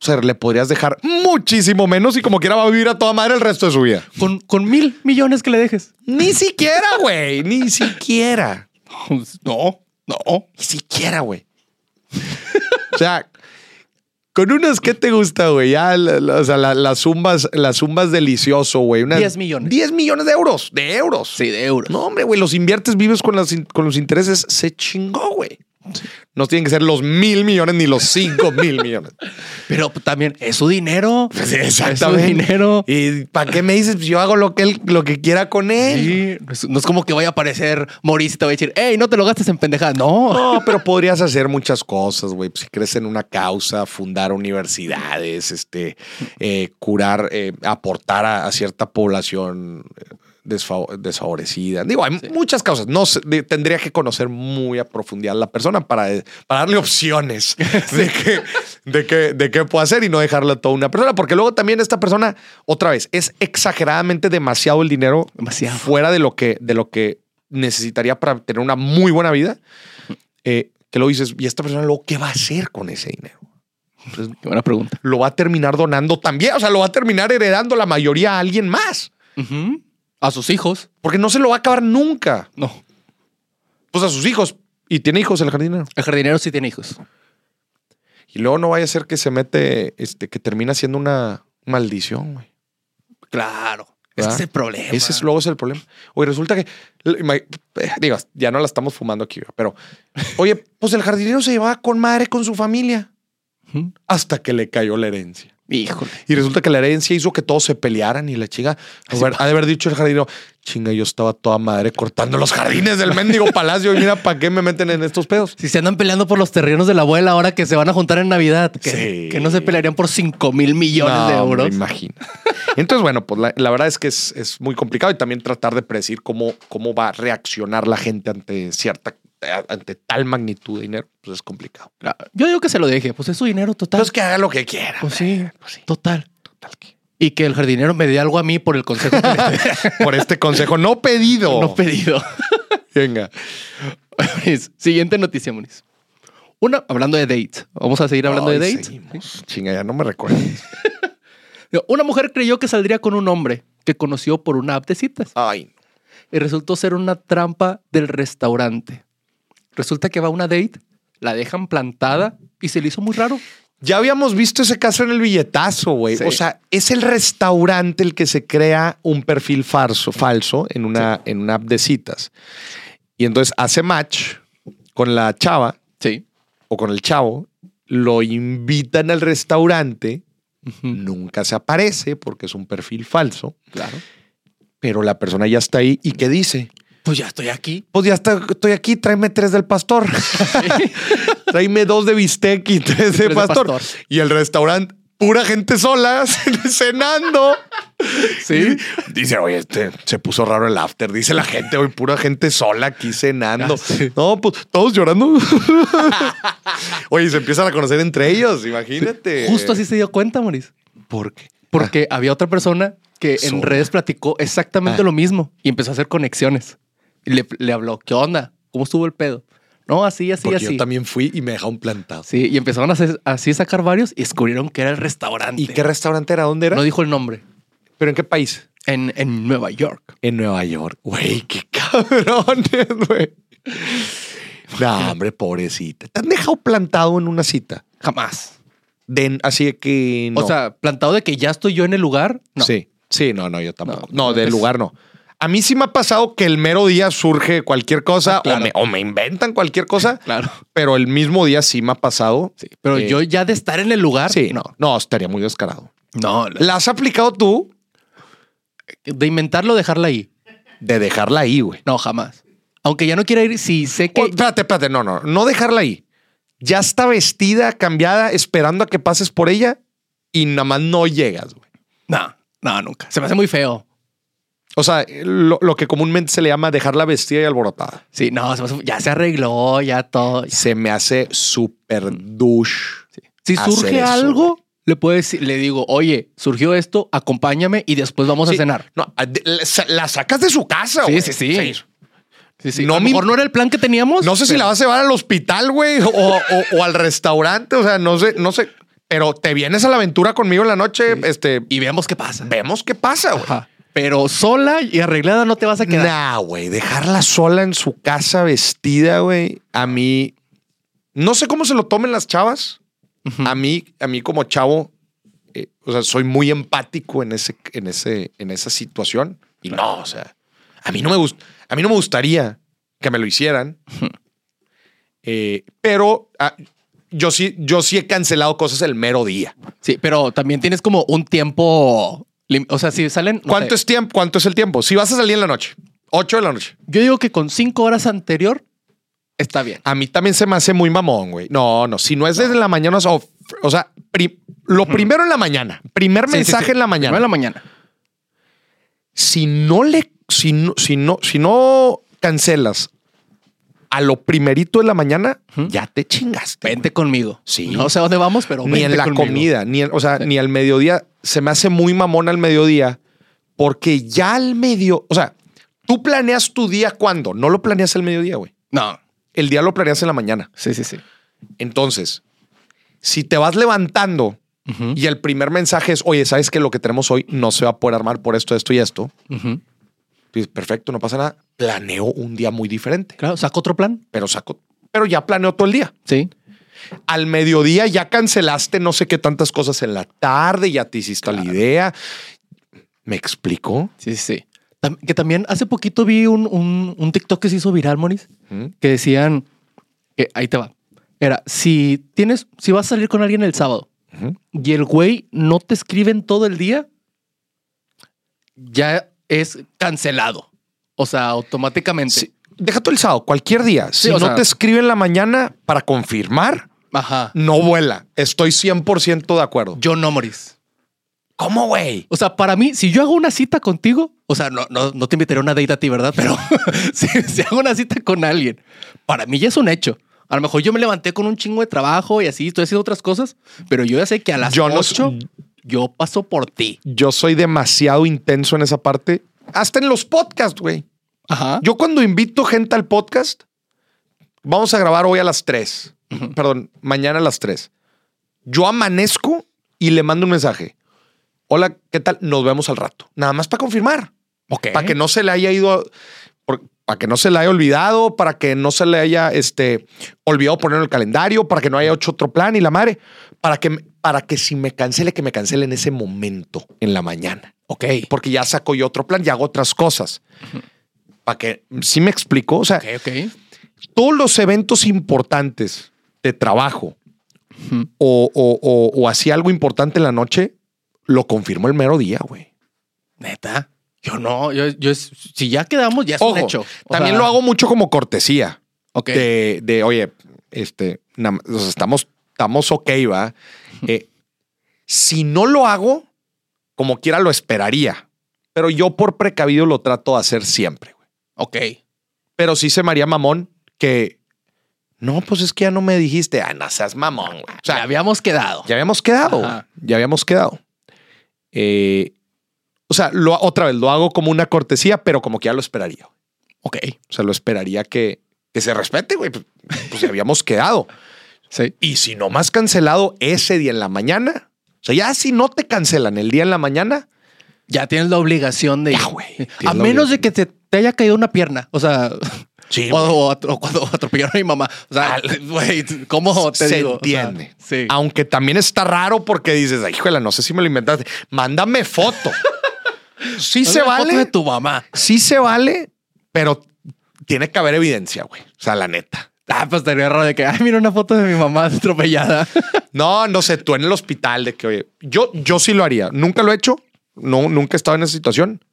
Speaker 1: o sea, le podrías dejar muchísimo menos y como quiera va a vivir a toda madre el resto de su vida.
Speaker 2: Con, con mil millones que le dejes.
Speaker 1: Ni siquiera, güey, ni siquiera.
Speaker 2: Pues, No, no.
Speaker 1: Ni siquiera, güey. O sea, con unas que te gusta, güey. Ya, la- la- o sea, la- las zumbas, las zumbas delicioso, güey. Unas-
Speaker 2: 10 millones.
Speaker 1: 10 millones de euros, de euros.
Speaker 2: Sí, de euros.
Speaker 1: No, hombre, güey, los inviertes, vives con, las in- con los intereses, se chingó, güey. No tienen que ser los mil millones ni los cinco mil millones.
Speaker 2: Pero pues, también es su dinero.
Speaker 1: Pues
Speaker 2: Es su dinero.
Speaker 1: ¿Y para qué me dices? Pues Yo hago lo que, él, lo que quiera con él.
Speaker 2: Sí, no es- no es como que vaya a aparecer Mauricio y te va a decir, hey, no te lo gastes en pendejadas. No.
Speaker 1: No, pero podrías hacer muchas cosas, güey. Si crees en una causa, fundar universidades, este, eh, curar, eh, aportar a, a cierta población eh, desfav- desfavorecida. Digo, hay muchas causas. No sé, de- tendría que conocer muy a profundidad a la persona para, eh, para darle opciones de qué de qué- de qué puede hacer y no dejarla toda una persona. Porque luego también esta persona, otra vez, es exageradamente demasiado el dinero
Speaker 2: Demasiado.
Speaker 1: fuera de lo que, de lo que necesitaría para tener una muy buena vida, eh, que lo dices, y esta persona luego, ¿qué va a hacer con ese dinero? Pues,
Speaker 2: Qué buena pregunta.
Speaker 1: Lo va a terminar donando también, o sea, lo va a terminar heredando la mayoría a alguien más,
Speaker 2: A sus hijos.
Speaker 1: porque no se lo va a acabar nunca.
Speaker 2: No.
Speaker 1: Pues a sus hijos, y tiene hijos el jardinero.
Speaker 2: El jardinero sí tiene hijos.
Speaker 1: Y luego no vaya a ser que se mete, este, que termina siendo una maldición, güey.
Speaker 2: Claro.
Speaker 1: ¿Verdad?
Speaker 2: Ese es el problema.
Speaker 1: Ese es, luego es el problema. Oye, resulta que, ima- eh, digo, ya no la estamos fumando aquí, pero, oye, pues el jardinero se llevaba con madre con su familia.
Speaker 2: Ujú.
Speaker 1: hasta que le cayó la herencia.
Speaker 2: Híjole.
Speaker 1: Y resulta que la herencia hizo que todos se pelearan y la chica a ver, ha de haber dicho el jardinero, chinga, yo estaba toda madre cortando los jardines del mendigo palacio y mira para qué me meten en estos pedos.
Speaker 2: Si se andan peleando por los terrenos de la abuela ahora que se van a juntar en Navidad, que,
Speaker 1: Sí.
Speaker 2: que no se pelearían por 5 mil millones de
Speaker 1: No,
Speaker 2: euros.
Speaker 1: Me imagino. Entonces, bueno, pues la, la verdad es que es, es muy complicado y también tratar de predecir cómo, cómo va a reaccionar la gente ante cierta, ante tal magnitud de dinero, pues es complicado.
Speaker 2: Claro. Ah, Yo digo que se lo deje, pues es su dinero total.
Speaker 1: Entonces que haga lo que quiera.
Speaker 2: pues sí,
Speaker 1: Pues sí,
Speaker 2: total.
Speaker 1: total que-
Speaker 2: Y que el jardinero me dé algo a mí por el consejo que le estoy
Speaker 1: Por este consejo no pedido.
Speaker 2: no pedido.
Speaker 1: Venga.
Speaker 2: Muris, Pues, Siguiente noticia, Muris. Una, hablando de date. Vamos a seguir hablando
Speaker 1: Ay,
Speaker 2: de date.
Speaker 1: seguimos. Chinga, ya no me recuerdo.
Speaker 2: Una mujer creyó que saldría con un hombre que conoció por una app de citas
Speaker 1: Ay,
Speaker 2: y resultó ser una trampa del restaurante. Resulta que va a una date, la dejan plantada y se le hizo muy raro.
Speaker 1: Ya habíamos visto ese caso en el billetazo, güey.
Speaker 2: Sí.
Speaker 1: O sea, es el restaurante el que se crea un perfil falso, falso en, una, en una app de citas. Y entonces hace match con la chava
Speaker 2: Sí.
Speaker 1: o con el chavo, lo invitan al restaurante, nunca se aparece porque es un perfil falso,
Speaker 2: Claro.
Speaker 1: pero la persona ya está ahí y ¿qué dice?
Speaker 2: Pues ya estoy aquí.
Speaker 1: Pues ya está, estoy aquí, tráeme tres del pastor. Tráeme dos de bistec y tres de
Speaker 2: de
Speaker 1: pastor.
Speaker 2: pastor.
Speaker 1: Y el restaurante, pura gente sola, cenando.
Speaker 2: Sí.
Speaker 1: Dice, oye, este se puso raro el after. Dice la gente, hoy pura gente sola aquí cenando.
Speaker 2: Ah, sí.
Speaker 1: No, pues todos llorando. oye, se empiezan a conocer entre ellos, imagínate.
Speaker 2: Eh. Justo así se dio cuenta, Maurice.
Speaker 1: ¿Por qué?
Speaker 2: Porque había otra persona que en
Speaker 1: Soda.
Speaker 2: redes platicó exactamente
Speaker 1: Ah.
Speaker 2: lo mismo y empezó a hacer conexiones. Y le, le habló, ¿qué onda? ¿Cómo estuvo el pedo? No, así, así,
Speaker 1: Porque
Speaker 2: así.
Speaker 1: yo también fui y me dejaron plantado.
Speaker 2: Sí, y empezaron a hacer- así sacar varios y descubrieron que era el restaurante.
Speaker 1: ¿Y qué restaurante era? ¿Dónde era?
Speaker 2: No dijo el nombre.
Speaker 1: ¿Pero en qué país?
Speaker 2: En, en Nueva York.
Speaker 1: En Nueva York. Güey, qué cabrones, güey. No, hombre, pobrecita. Te han dejado plantado en una cita.
Speaker 2: Jamás.
Speaker 1: De- así que no.
Speaker 2: O sea, plantado de que ya estoy yo en el lugar. No.
Speaker 1: Sí, sí, no, no, yo tampoco.
Speaker 2: No,
Speaker 1: No, del
Speaker 2: es-
Speaker 1: lugar no. A mí sí me ha pasado que el mero día surge cualquier cosa
Speaker 2: Ah, claro.
Speaker 1: o, me, o me inventan cualquier cosa,
Speaker 2: Claro.
Speaker 1: pero el mismo día sí me ha pasado.
Speaker 2: Sí, pero
Speaker 1: Eh,
Speaker 2: yo ya de estar en el lugar.
Speaker 1: Sí,
Speaker 2: No.
Speaker 1: no. estaría muy descarado.
Speaker 2: No. la-
Speaker 1: ¿La has aplicado tú?
Speaker 2: De inventarlo, dejarla ahí.
Speaker 1: De dejarla ahí, güey.
Speaker 2: No, jamás. Aunque ya no quiera ir, si sé que.
Speaker 1: O- espérate, espérate, no, no, no dejarla ahí. Ya está vestida, cambiada, esperando a que pases por ella y nada más no llegas, güey.
Speaker 2: No, no, nunca. Se me hace muy feo.
Speaker 1: O sea, lo, lo que comúnmente se le llama dejarla vestida y alborotada.
Speaker 2: Sí, no, se me hace- ya se arregló, ya todo. ya.
Speaker 1: Se me hace súper douche.
Speaker 2: Si
Speaker 1: Hacer
Speaker 2: surge
Speaker 1: eso,
Speaker 2: algo, le puedo decir, le digo, oye, surgió esto, acompáñame y después vamos
Speaker 1: Sí.
Speaker 2: a cenar.
Speaker 1: No, a- de- la, sa- la sacas de su casa,
Speaker 2: Sí,
Speaker 1: güey.
Speaker 2: sí, sí. Sí, sí.
Speaker 1: No
Speaker 2: a lo
Speaker 1: me-
Speaker 2: mejor no era el plan que teníamos.
Speaker 1: No sé si
Speaker 2: pero-
Speaker 1: la vas a llevar al hospital, güey, o, o- o al restaurante, o sea, no sé, no sé. Pero te vienes a la aventura conmigo en la noche, este, y
Speaker 2: Y veamos qué pasa.
Speaker 1: vemos qué pasa, güey.
Speaker 2: Ajá. Pero sola y arreglada no te vas a quedar.
Speaker 1: Nah, güey, dejarla sola en su casa vestida, güey, a mí no sé cómo se lo tomen las chavas. A mí, a mí como chavo, eh, o sea, soy muy empático en ese, en ese, en esa situación. Y no, o sea, a mí no me gust- a mí no me gustaría que me lo hicieran. Eh, pero ah, yo sí, yo sí he cancelado cosas el mero día.
Speaker 2: Sí, pero también tienes como un tiempo. lim- O sea, si salen. no
Speaker 1: ¿Cuánto
Speaker 2: sé,
Speaker 1: es tiempo? ¿Cuánto es el tiempo? Si vas a salir en la noche, 8 de la noche.
Speaker 2: Yo digo que con cinco horas anterior está bien.
Speaker 1: A mí también se me hace muy mamón, güey. No, no, si no es desde la mañana, o sea, of- o sea, pri- lo primero en la mañana, primer
Speaker 2: Mm. Sí, sí,
Speaker 1: mensaje
Speaker 2: sí.
Speaker 1: en la mañana.
Speaker 2: Primero en la mañana.
Speaker 1: si no le, si no, si no, si no cancelas a lo primerito de la mañana, ya te chingaste.
Speaker 2: Vente conmigo.
Speaker 1: Sí.
Speaker 2: No sé a dónde vamos, pero
Speaker 1: güey. ni
Speaker 2: vente
Speaker 1: en la
Speaker 2: conmigo.
Speaker 1: comida, ni en- o sea, ni al mediodía. Se me hace muy mamón al mediodía porque ya al medio, o sea, tú planeas tu día cuando, no lo planeas al mediodía, güey.
Speaker 2: No.
Speaker 1: El día lo planeas en la mañana.
Speaker 2: Sí, sí, sí.
Speaker 1: Entonces, si te vas levantando
Speaker 2: Ujú.
Speaker 1: y el primer mensaje es, oye, sabes que lo que tenemos hoy no se va a poder armar por esto, esto y esto.
Speaker 2: Ujú.
Speaker 1: Tú dices, perfecto, no pasa nada. Planeo un día muy diferente,
Speaker 2: Claro, saco otro plan.
Speaker 1: pero saco, pero ya planeo todo el día.
Speaker 2: Sí.
Speaker 1: Al mediodía ya cancelaste no sé qué tantas cosas en la tarde, ya te hiciste la idea. ¿Me explico?
Speaker 2: Sí, sí, sí. Tam- que también hace poquito vi un, un- un TikTok que se hizo viral, Moris,
Speaker 1: ¿Mm?
Speaker 2: que decían, que ahí te va. Era, si tienes, si vas a salir con alguien el sábado
Speaker 1: Ujú.
Speaker 2: y el güey no te escribe en todo el día, ya es cancelado. O sea, automáticamente.
Speaker 1: Sí, Deja todo el sábado, cualquier día.
Speaker 2: Sí,
Speaker 1: si
Speaker 2: o
Speaker 1: no
Speaker 2: sea-
Speaker 1: te escribe en la mañana para confirmar,
Speaker 2: Ajá.
Speaker 1: no vuela. Estoy 100% de acuerdo.
Speaker 2: Yo no, Moris.
Speaker 1: ¿Cómo, güey?
Speaker 2: O sea, para mí, si yo hago una cita contigo, o sea, no, no, no te invitaré a una date a ti, ¿verdad? Pero si, si hago una cita con alguien, para mí ya es un hecho. A lo mejor yo me levanté con un chingo de trabajo y así, estoy haciendo otras cosas, pero yo ya sé que a las
Speaker 1: Yo no-
Speaker 2: 8 yo paso por ti.
Speaker 1: Yo soy demasiado intenso en esa parte. Hasta en los podcasts, güey.
Speaker 2: Ajá.
Speaker 1: Yo cuando invito gente al podcast, vamos a grabar hoy a las 3. Perdón, mañana a las 3. Yo amanezco y le mando un mensaje. Hola, ¿qué tal? Nos vemos al rato. Nada más para confirmar.
Speaker 2: Ok.
Speaker 1: Para que no se le haya ido, por- para que no se le haya olvidado, para que no se le haya este, olvidado poner en el calendario, para que no haya hecho otro plan y la madre. Para que, para que si me cancele, que me cancele en ese momento, en la mañana
Speaker 2: Ok.
Speaker 1: porque ya saco yo otro plan y hago otras cosas. Para que sí me explico. O sea,
Speaker 2: Ok, ok.
Speaker 1: todos los eventos importantes de trabajo o, o- o- o así algo importante en la noche, lo confirmo el mero día, güey.
Speaker 2: Neta. Yo no, yo, yo es- si ya quedamos, ya es un
Speaker 1: Ojo,
Speaker 2: hecho. O
Speaker 1: también
Speaker 2: sea,
Speaker 1: lo hago mucho como cortesía.
Speaker 2: Ok.
Speaker 1: De, de, oye, este, na- o sea, estamos, estamos ok, va. Eh, si no lo hago, como quiera lo esperaría. Pero yo por precavido lo trato de hacer siempre. güey.
Speaker 2: Ok.
Speaker 1: pero sí se maría mamón que no, pues es que ya no me dijiste, ah, no seas mamón. güey". O
Speaker 2: ya
Speaker 1: sea,
Speaker 2: habíamos quedado.
Speaker 1: ya habíamos quedado,
Speaker 2: Ajá.
Speaker 1: güey. ya habíamos quedado. Eh, O sea, lo, otra vez lo hago como una cortesía, pero como que ya lo esperaría.
Speaker 2: Ok.
Speaker 1: O sea, lo esperaría que, que se respete, güey. Pues, pues habíamos quedado.
Speaker 2: Sí.
Speaker 1: Y si no más cancelado ese día en la mañana, o sea, ya si no te cancelan el día en la mañana,
Speaker 2: Ya tienes la obligación de.
Speaker 1: Ya,
Speaker 2: ir.
Speaker 1: güey, tienes la
Speaker 2: A menos
Speaker 1: obligación.
Speaker 2: de que te, te haya caído una pierna. O sea.
Speaker 1: Sí,
Speaker 2: o, o at- o cuando atropellaron a mi mamá. O sea, güey, ¿cómo te
Speaker 1: se
Speaker 2: digo? O sea,
Speaker 1: entiende.
Speaker 2: sí.
Speaker 1: Aunque también está raro porque dices, "Ay, híjole, no sé si me lo inventaste. Mándame foto. sí
Speaker 2: Una
Speaker 1: se
Speaker 2: foto
Speaker 1: vale.
Speaker 2: de tu mamá.
Speaker 1: Sí se vale, pero tiene que haber evidencia, güey. O sea, la neta.
Speaker 2: Ah, pues estaría raro de que, ay, mira una foto de mi mamá atropellada.
Speaker 1: No, no sé, tú en el hospital de que, oye, yo, yo sí lo haría. Nunca lo he hecho. No, nunca he estado en esa situación.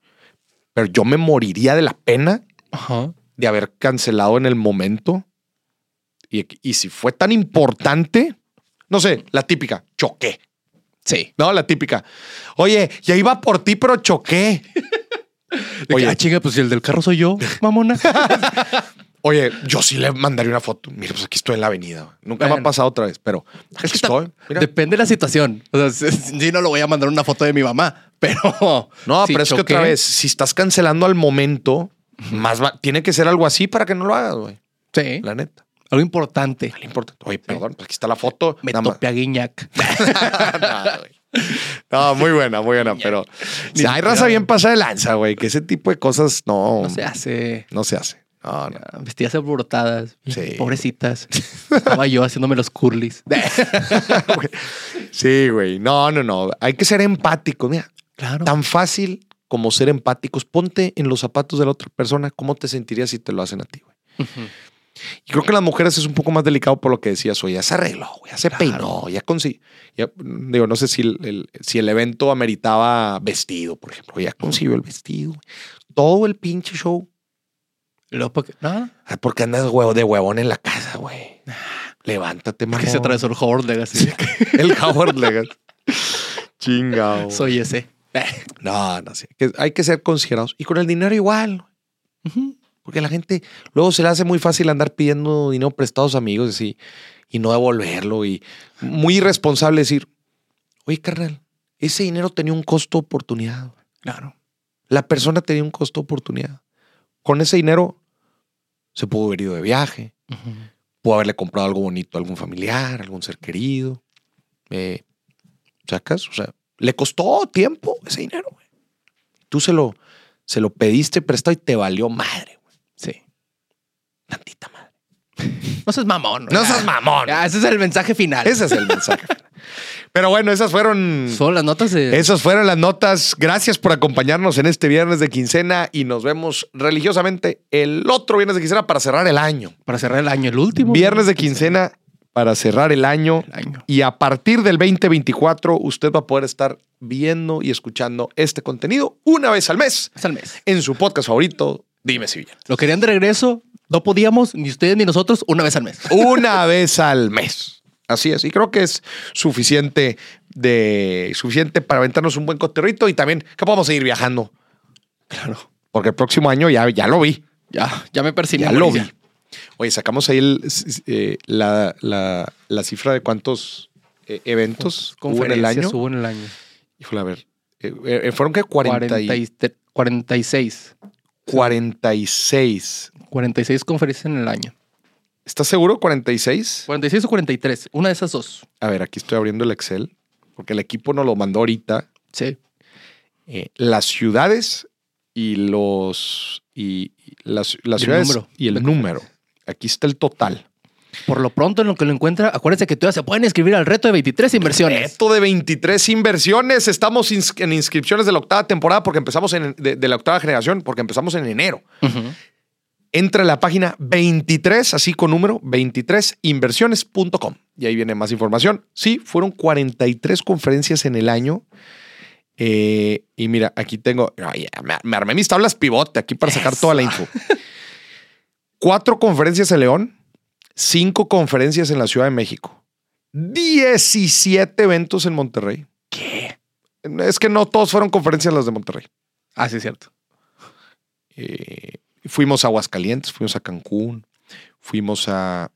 Speaker 1: Pero yo me moriría de la pena
Speaker 2: Ajá.
Speaker 1: de haber cancelado en el momento. Y, y si fue tan importante, no sé, la típica, choqué.
Speaker 2: Sí.
Speaker 1: No, la típica. Oye, ya iba por ti, pero choqué.
Speaker 2: Oye,
Speaker 1: Oye.
Speaker 2: ah, chinga, pues si el del carro soy yo, mamona.
Speaker 1: Oye, yo sí le mandaría una foto. Mira, pues aquí estoy en la avenida. Nunca me
Speaker 2: Bueno.
Speaker 1: ha pasado otra vez, pero aquí
Speaker 2: Es que
Speaker 1: estoy.
Speaker 2: tam-
Speaker 1: Mira.
Speaker 2: depende de la situación. O sea, si, si no lo voy a mandar una foto de mi mamá, pero.
Speaker 1: No,
Speaker 2: si
Speaker 1: pero es que
Speaker 2: choqué-
Speaker 1: otra vez, si estás cancelando al momento, más va- tiene que ser algo así para que no lo hagas, güey.
Speaker 2: Sí.
Speaker 1: La neta.
Speaker 2: Algo importante.
Speaker 1: No importa. Oye, perdón, pues aquí está la foto.
Speaker 2: Me
Speaker 1: Nada más.
Speaker 2: topé a Guiñac.
Speaker 1: Nada, güey. no, muy buena, muy buena, pero si hay raza
Speaker 2: siquiera.
Speaker 1: bien pasa de lanza, güey, que ese tipo de cosas no,
Speaker 2: No se hace. Ah,
Speaker 1: no se hace. No, no.
Speaker 2: Vestidas alborotadas.
Speaker 1: Sí.
Speaker 2: Pobrecitas. Estaba yo haciéndome los curlis.
Speaker 1: Güey. sí, güey. No, no, no. Hay que ser empáticos. Mira,
Speaker 2: Claro.
Speaker 1: tan fácil como ser empáticos. Ponte en los zapatos de la otra persona. ¿Cómo te sentirías si te lo hacen a ti, güey?
Speaker 2: Ujú.
Speaker 1: Y creo que en las mujeres es un poco más delicado por lo que decías. Oye, ya se arregló, güey, ya se
Speaker 2: Claro.
Speaker 1: peinó, ya consiguió. digo, no sé si el, el- si el evento ameritaba vestido, por ejemplo. Ya consiguió el vestido. güey. Todo el pinche show.
Speaker 2: Y luego, porque- no,
Speaker 1: Ay, ¿Por qué andas huevo de huevón en la casa, güey? Levántate, mamón.
Speaker 2: que se atravesó el Howard Legacy.
Speaker 1: El Howard Legas. Chingao.
Speaker 2: Soy ese.
Speaker 1: No, no sé. Que hay que ser considerados. Y con el dinero igual.
Speaker 2: Ujú.
Speaker 1: Porque la gente luego se le hace muy fácil andar pidiendo dinero prestado a sus amigos así, y no devolverlo. Y muy irresponsable decir, oye, carnal, ese dinero tenía un costo oportunidad.
Speaker 2: Claro.
Speaker 1: La persona tenía un costo oportunidad. Con ese dinero se pudo haber ido de viaje,
Speaker 2: Ujú.
Speaker 1: pudo haberle comprado algo bonito a algún familiar, algún ser querido. Eh, ¿Sacas? O sea, le costó tiempo ese dinero. güey. Tú se lo, se lo pediste prestado y te valió madre, güey.
Speaker 2: Sí.
Speaker 1: Tantita madre.
Speaker 2: No seas mamón.
Speaker 1: No
Speaker 2: ya.
Speaker 1: seas mamón.
Speaker 2: Ya, ese es el mensaje final.
Speaker 1: Ese es el mensaje. Pero bueno, esas fueron.
Speaker 2: Son las notas de.
Speaker 1: Esas fueron las notas. Gracias por acompañarnos en este viernes de quincena y nos vemos religiosamente el otro viernes de quincena para cerrar el año.
Speaker 2: Para cerrar el año, el último.
Speaker 1: Viernes de quincena para cerrar el año.
Speaker 2: El año.
Speaker 1: Y a partir del 2024, usted va a poder estar viendo y escuchando este contenido una vez al mes
Speaker 2: Hasta el mes.
Speaker 1: en su podcast favorito. Dime si bien.
Speaker 2: Lo querían de regreso. No podíamos, ni ustedes ni nosotros, una vez al mes.
Speaker 1: Una vez al mes. Así es. Y creo que es suficiente de suficiente para aventarnos un buen coterrito y también que podamos seguir viajando.
Speaker 2: Claro.
Speaker 1: Porque el próximo año ya, ya lo vi.
Speaker 2: Ya, ya me
Speaker 1: Ya
Speaker 2: persiguen.
Speaker 1: lo vi. Oye, sacamos ahí el- eh, la, la- la cifra de cuántos eh, eventos hubo en el año.
Speaker 2: Hubo en el año.
Speaker 1: Híjole, a ver. eh, eh, fueron que 40 y-
Speaker 2: 40 46.
Speaker 1: 46.
Speaker 2: 46 conferencias en el año.
Speaker 1: ¿Estás seguro? 46.
Speaker 2: 46 o 43. Una de esas dos.
Speaker 1: A ver, aquí estoy abriendo el Excel porque el equipo nos lo mandó ahorita.
Speaker 2: Sí.
Speaker 1: eh, las ciudades y los y y las, las
Speaker 2: Y el
Speaker 1: ciudades
Speaker 2: número
Speaker 1: y
Speaker 2: de
Speaker 1: el número. Aquí está el total.
Speaker 2: Por lo pronto, en lo que lo encuentra, acuérdense que todavía se pueden inscribir al reto de 23 inversiones.
Speaker 1: Reto de 23 inversiones. Estamos ins- en inscripciones de la octava temporada porque empezamos en, de, de la octava generación porque empezamos en enero.
Speaker 2: Ujú.
Speaker 1: Entra a la página 23, así con número 23inversiones.com y ahí viene más información. Sí, fueron 43 conferencias en el año. Eh, y mira, aquí tengo, ay, me, me armé mis tablas pivote aquí para sacar toda la info. Cuatro conferencias en León, cinco conferencias en la Ciudad de México, 17 eventos en Monterrey.
Speaker 2: ¿Qué?
Speaker 1: Es que no todos fueron conferencias las de Monterrey.
Speaker 2: Ah, sí, es cierto.
Speaker 1: Eh, fuimos a Aguascalientes, fuimos a Cancún, fuimos a,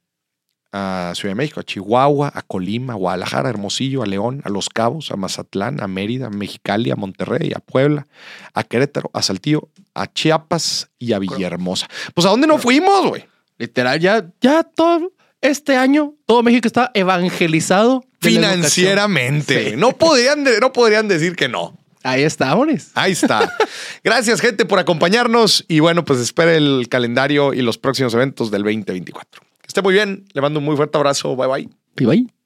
Speaker 1: a Ciudad de México, a Chihuahua, a Colima, a Guadalajara, a Hermosillo, a León, a Los Cabos, a Mazatlán, a Mérida, a Mexicali, a Monterrey, a Puebla, a Querétaro, a Saltillo, a Chiapas y a Villahermosa. Pues ¿a dónde no fuimos, güey?
Speaker 2: Literal, ya, ya todo este año, todo México está evangelizado. de la
Speaker 1: Financieramente.
Speaker 2: Sí.
Speaker 1: No, podrían, de- no podrían decir que no.
Speaker 2: educación. Ahí está, Boris.
Speaker 1: Ahí está. Gracias, gente, por acompañarnos. Y bueno, pues espera el calendario y los próximos eventos del 2024. Que esté muy bien. Le mando un muy fuerte abrazo. Bye, bye.
Speaker 2: Y bye.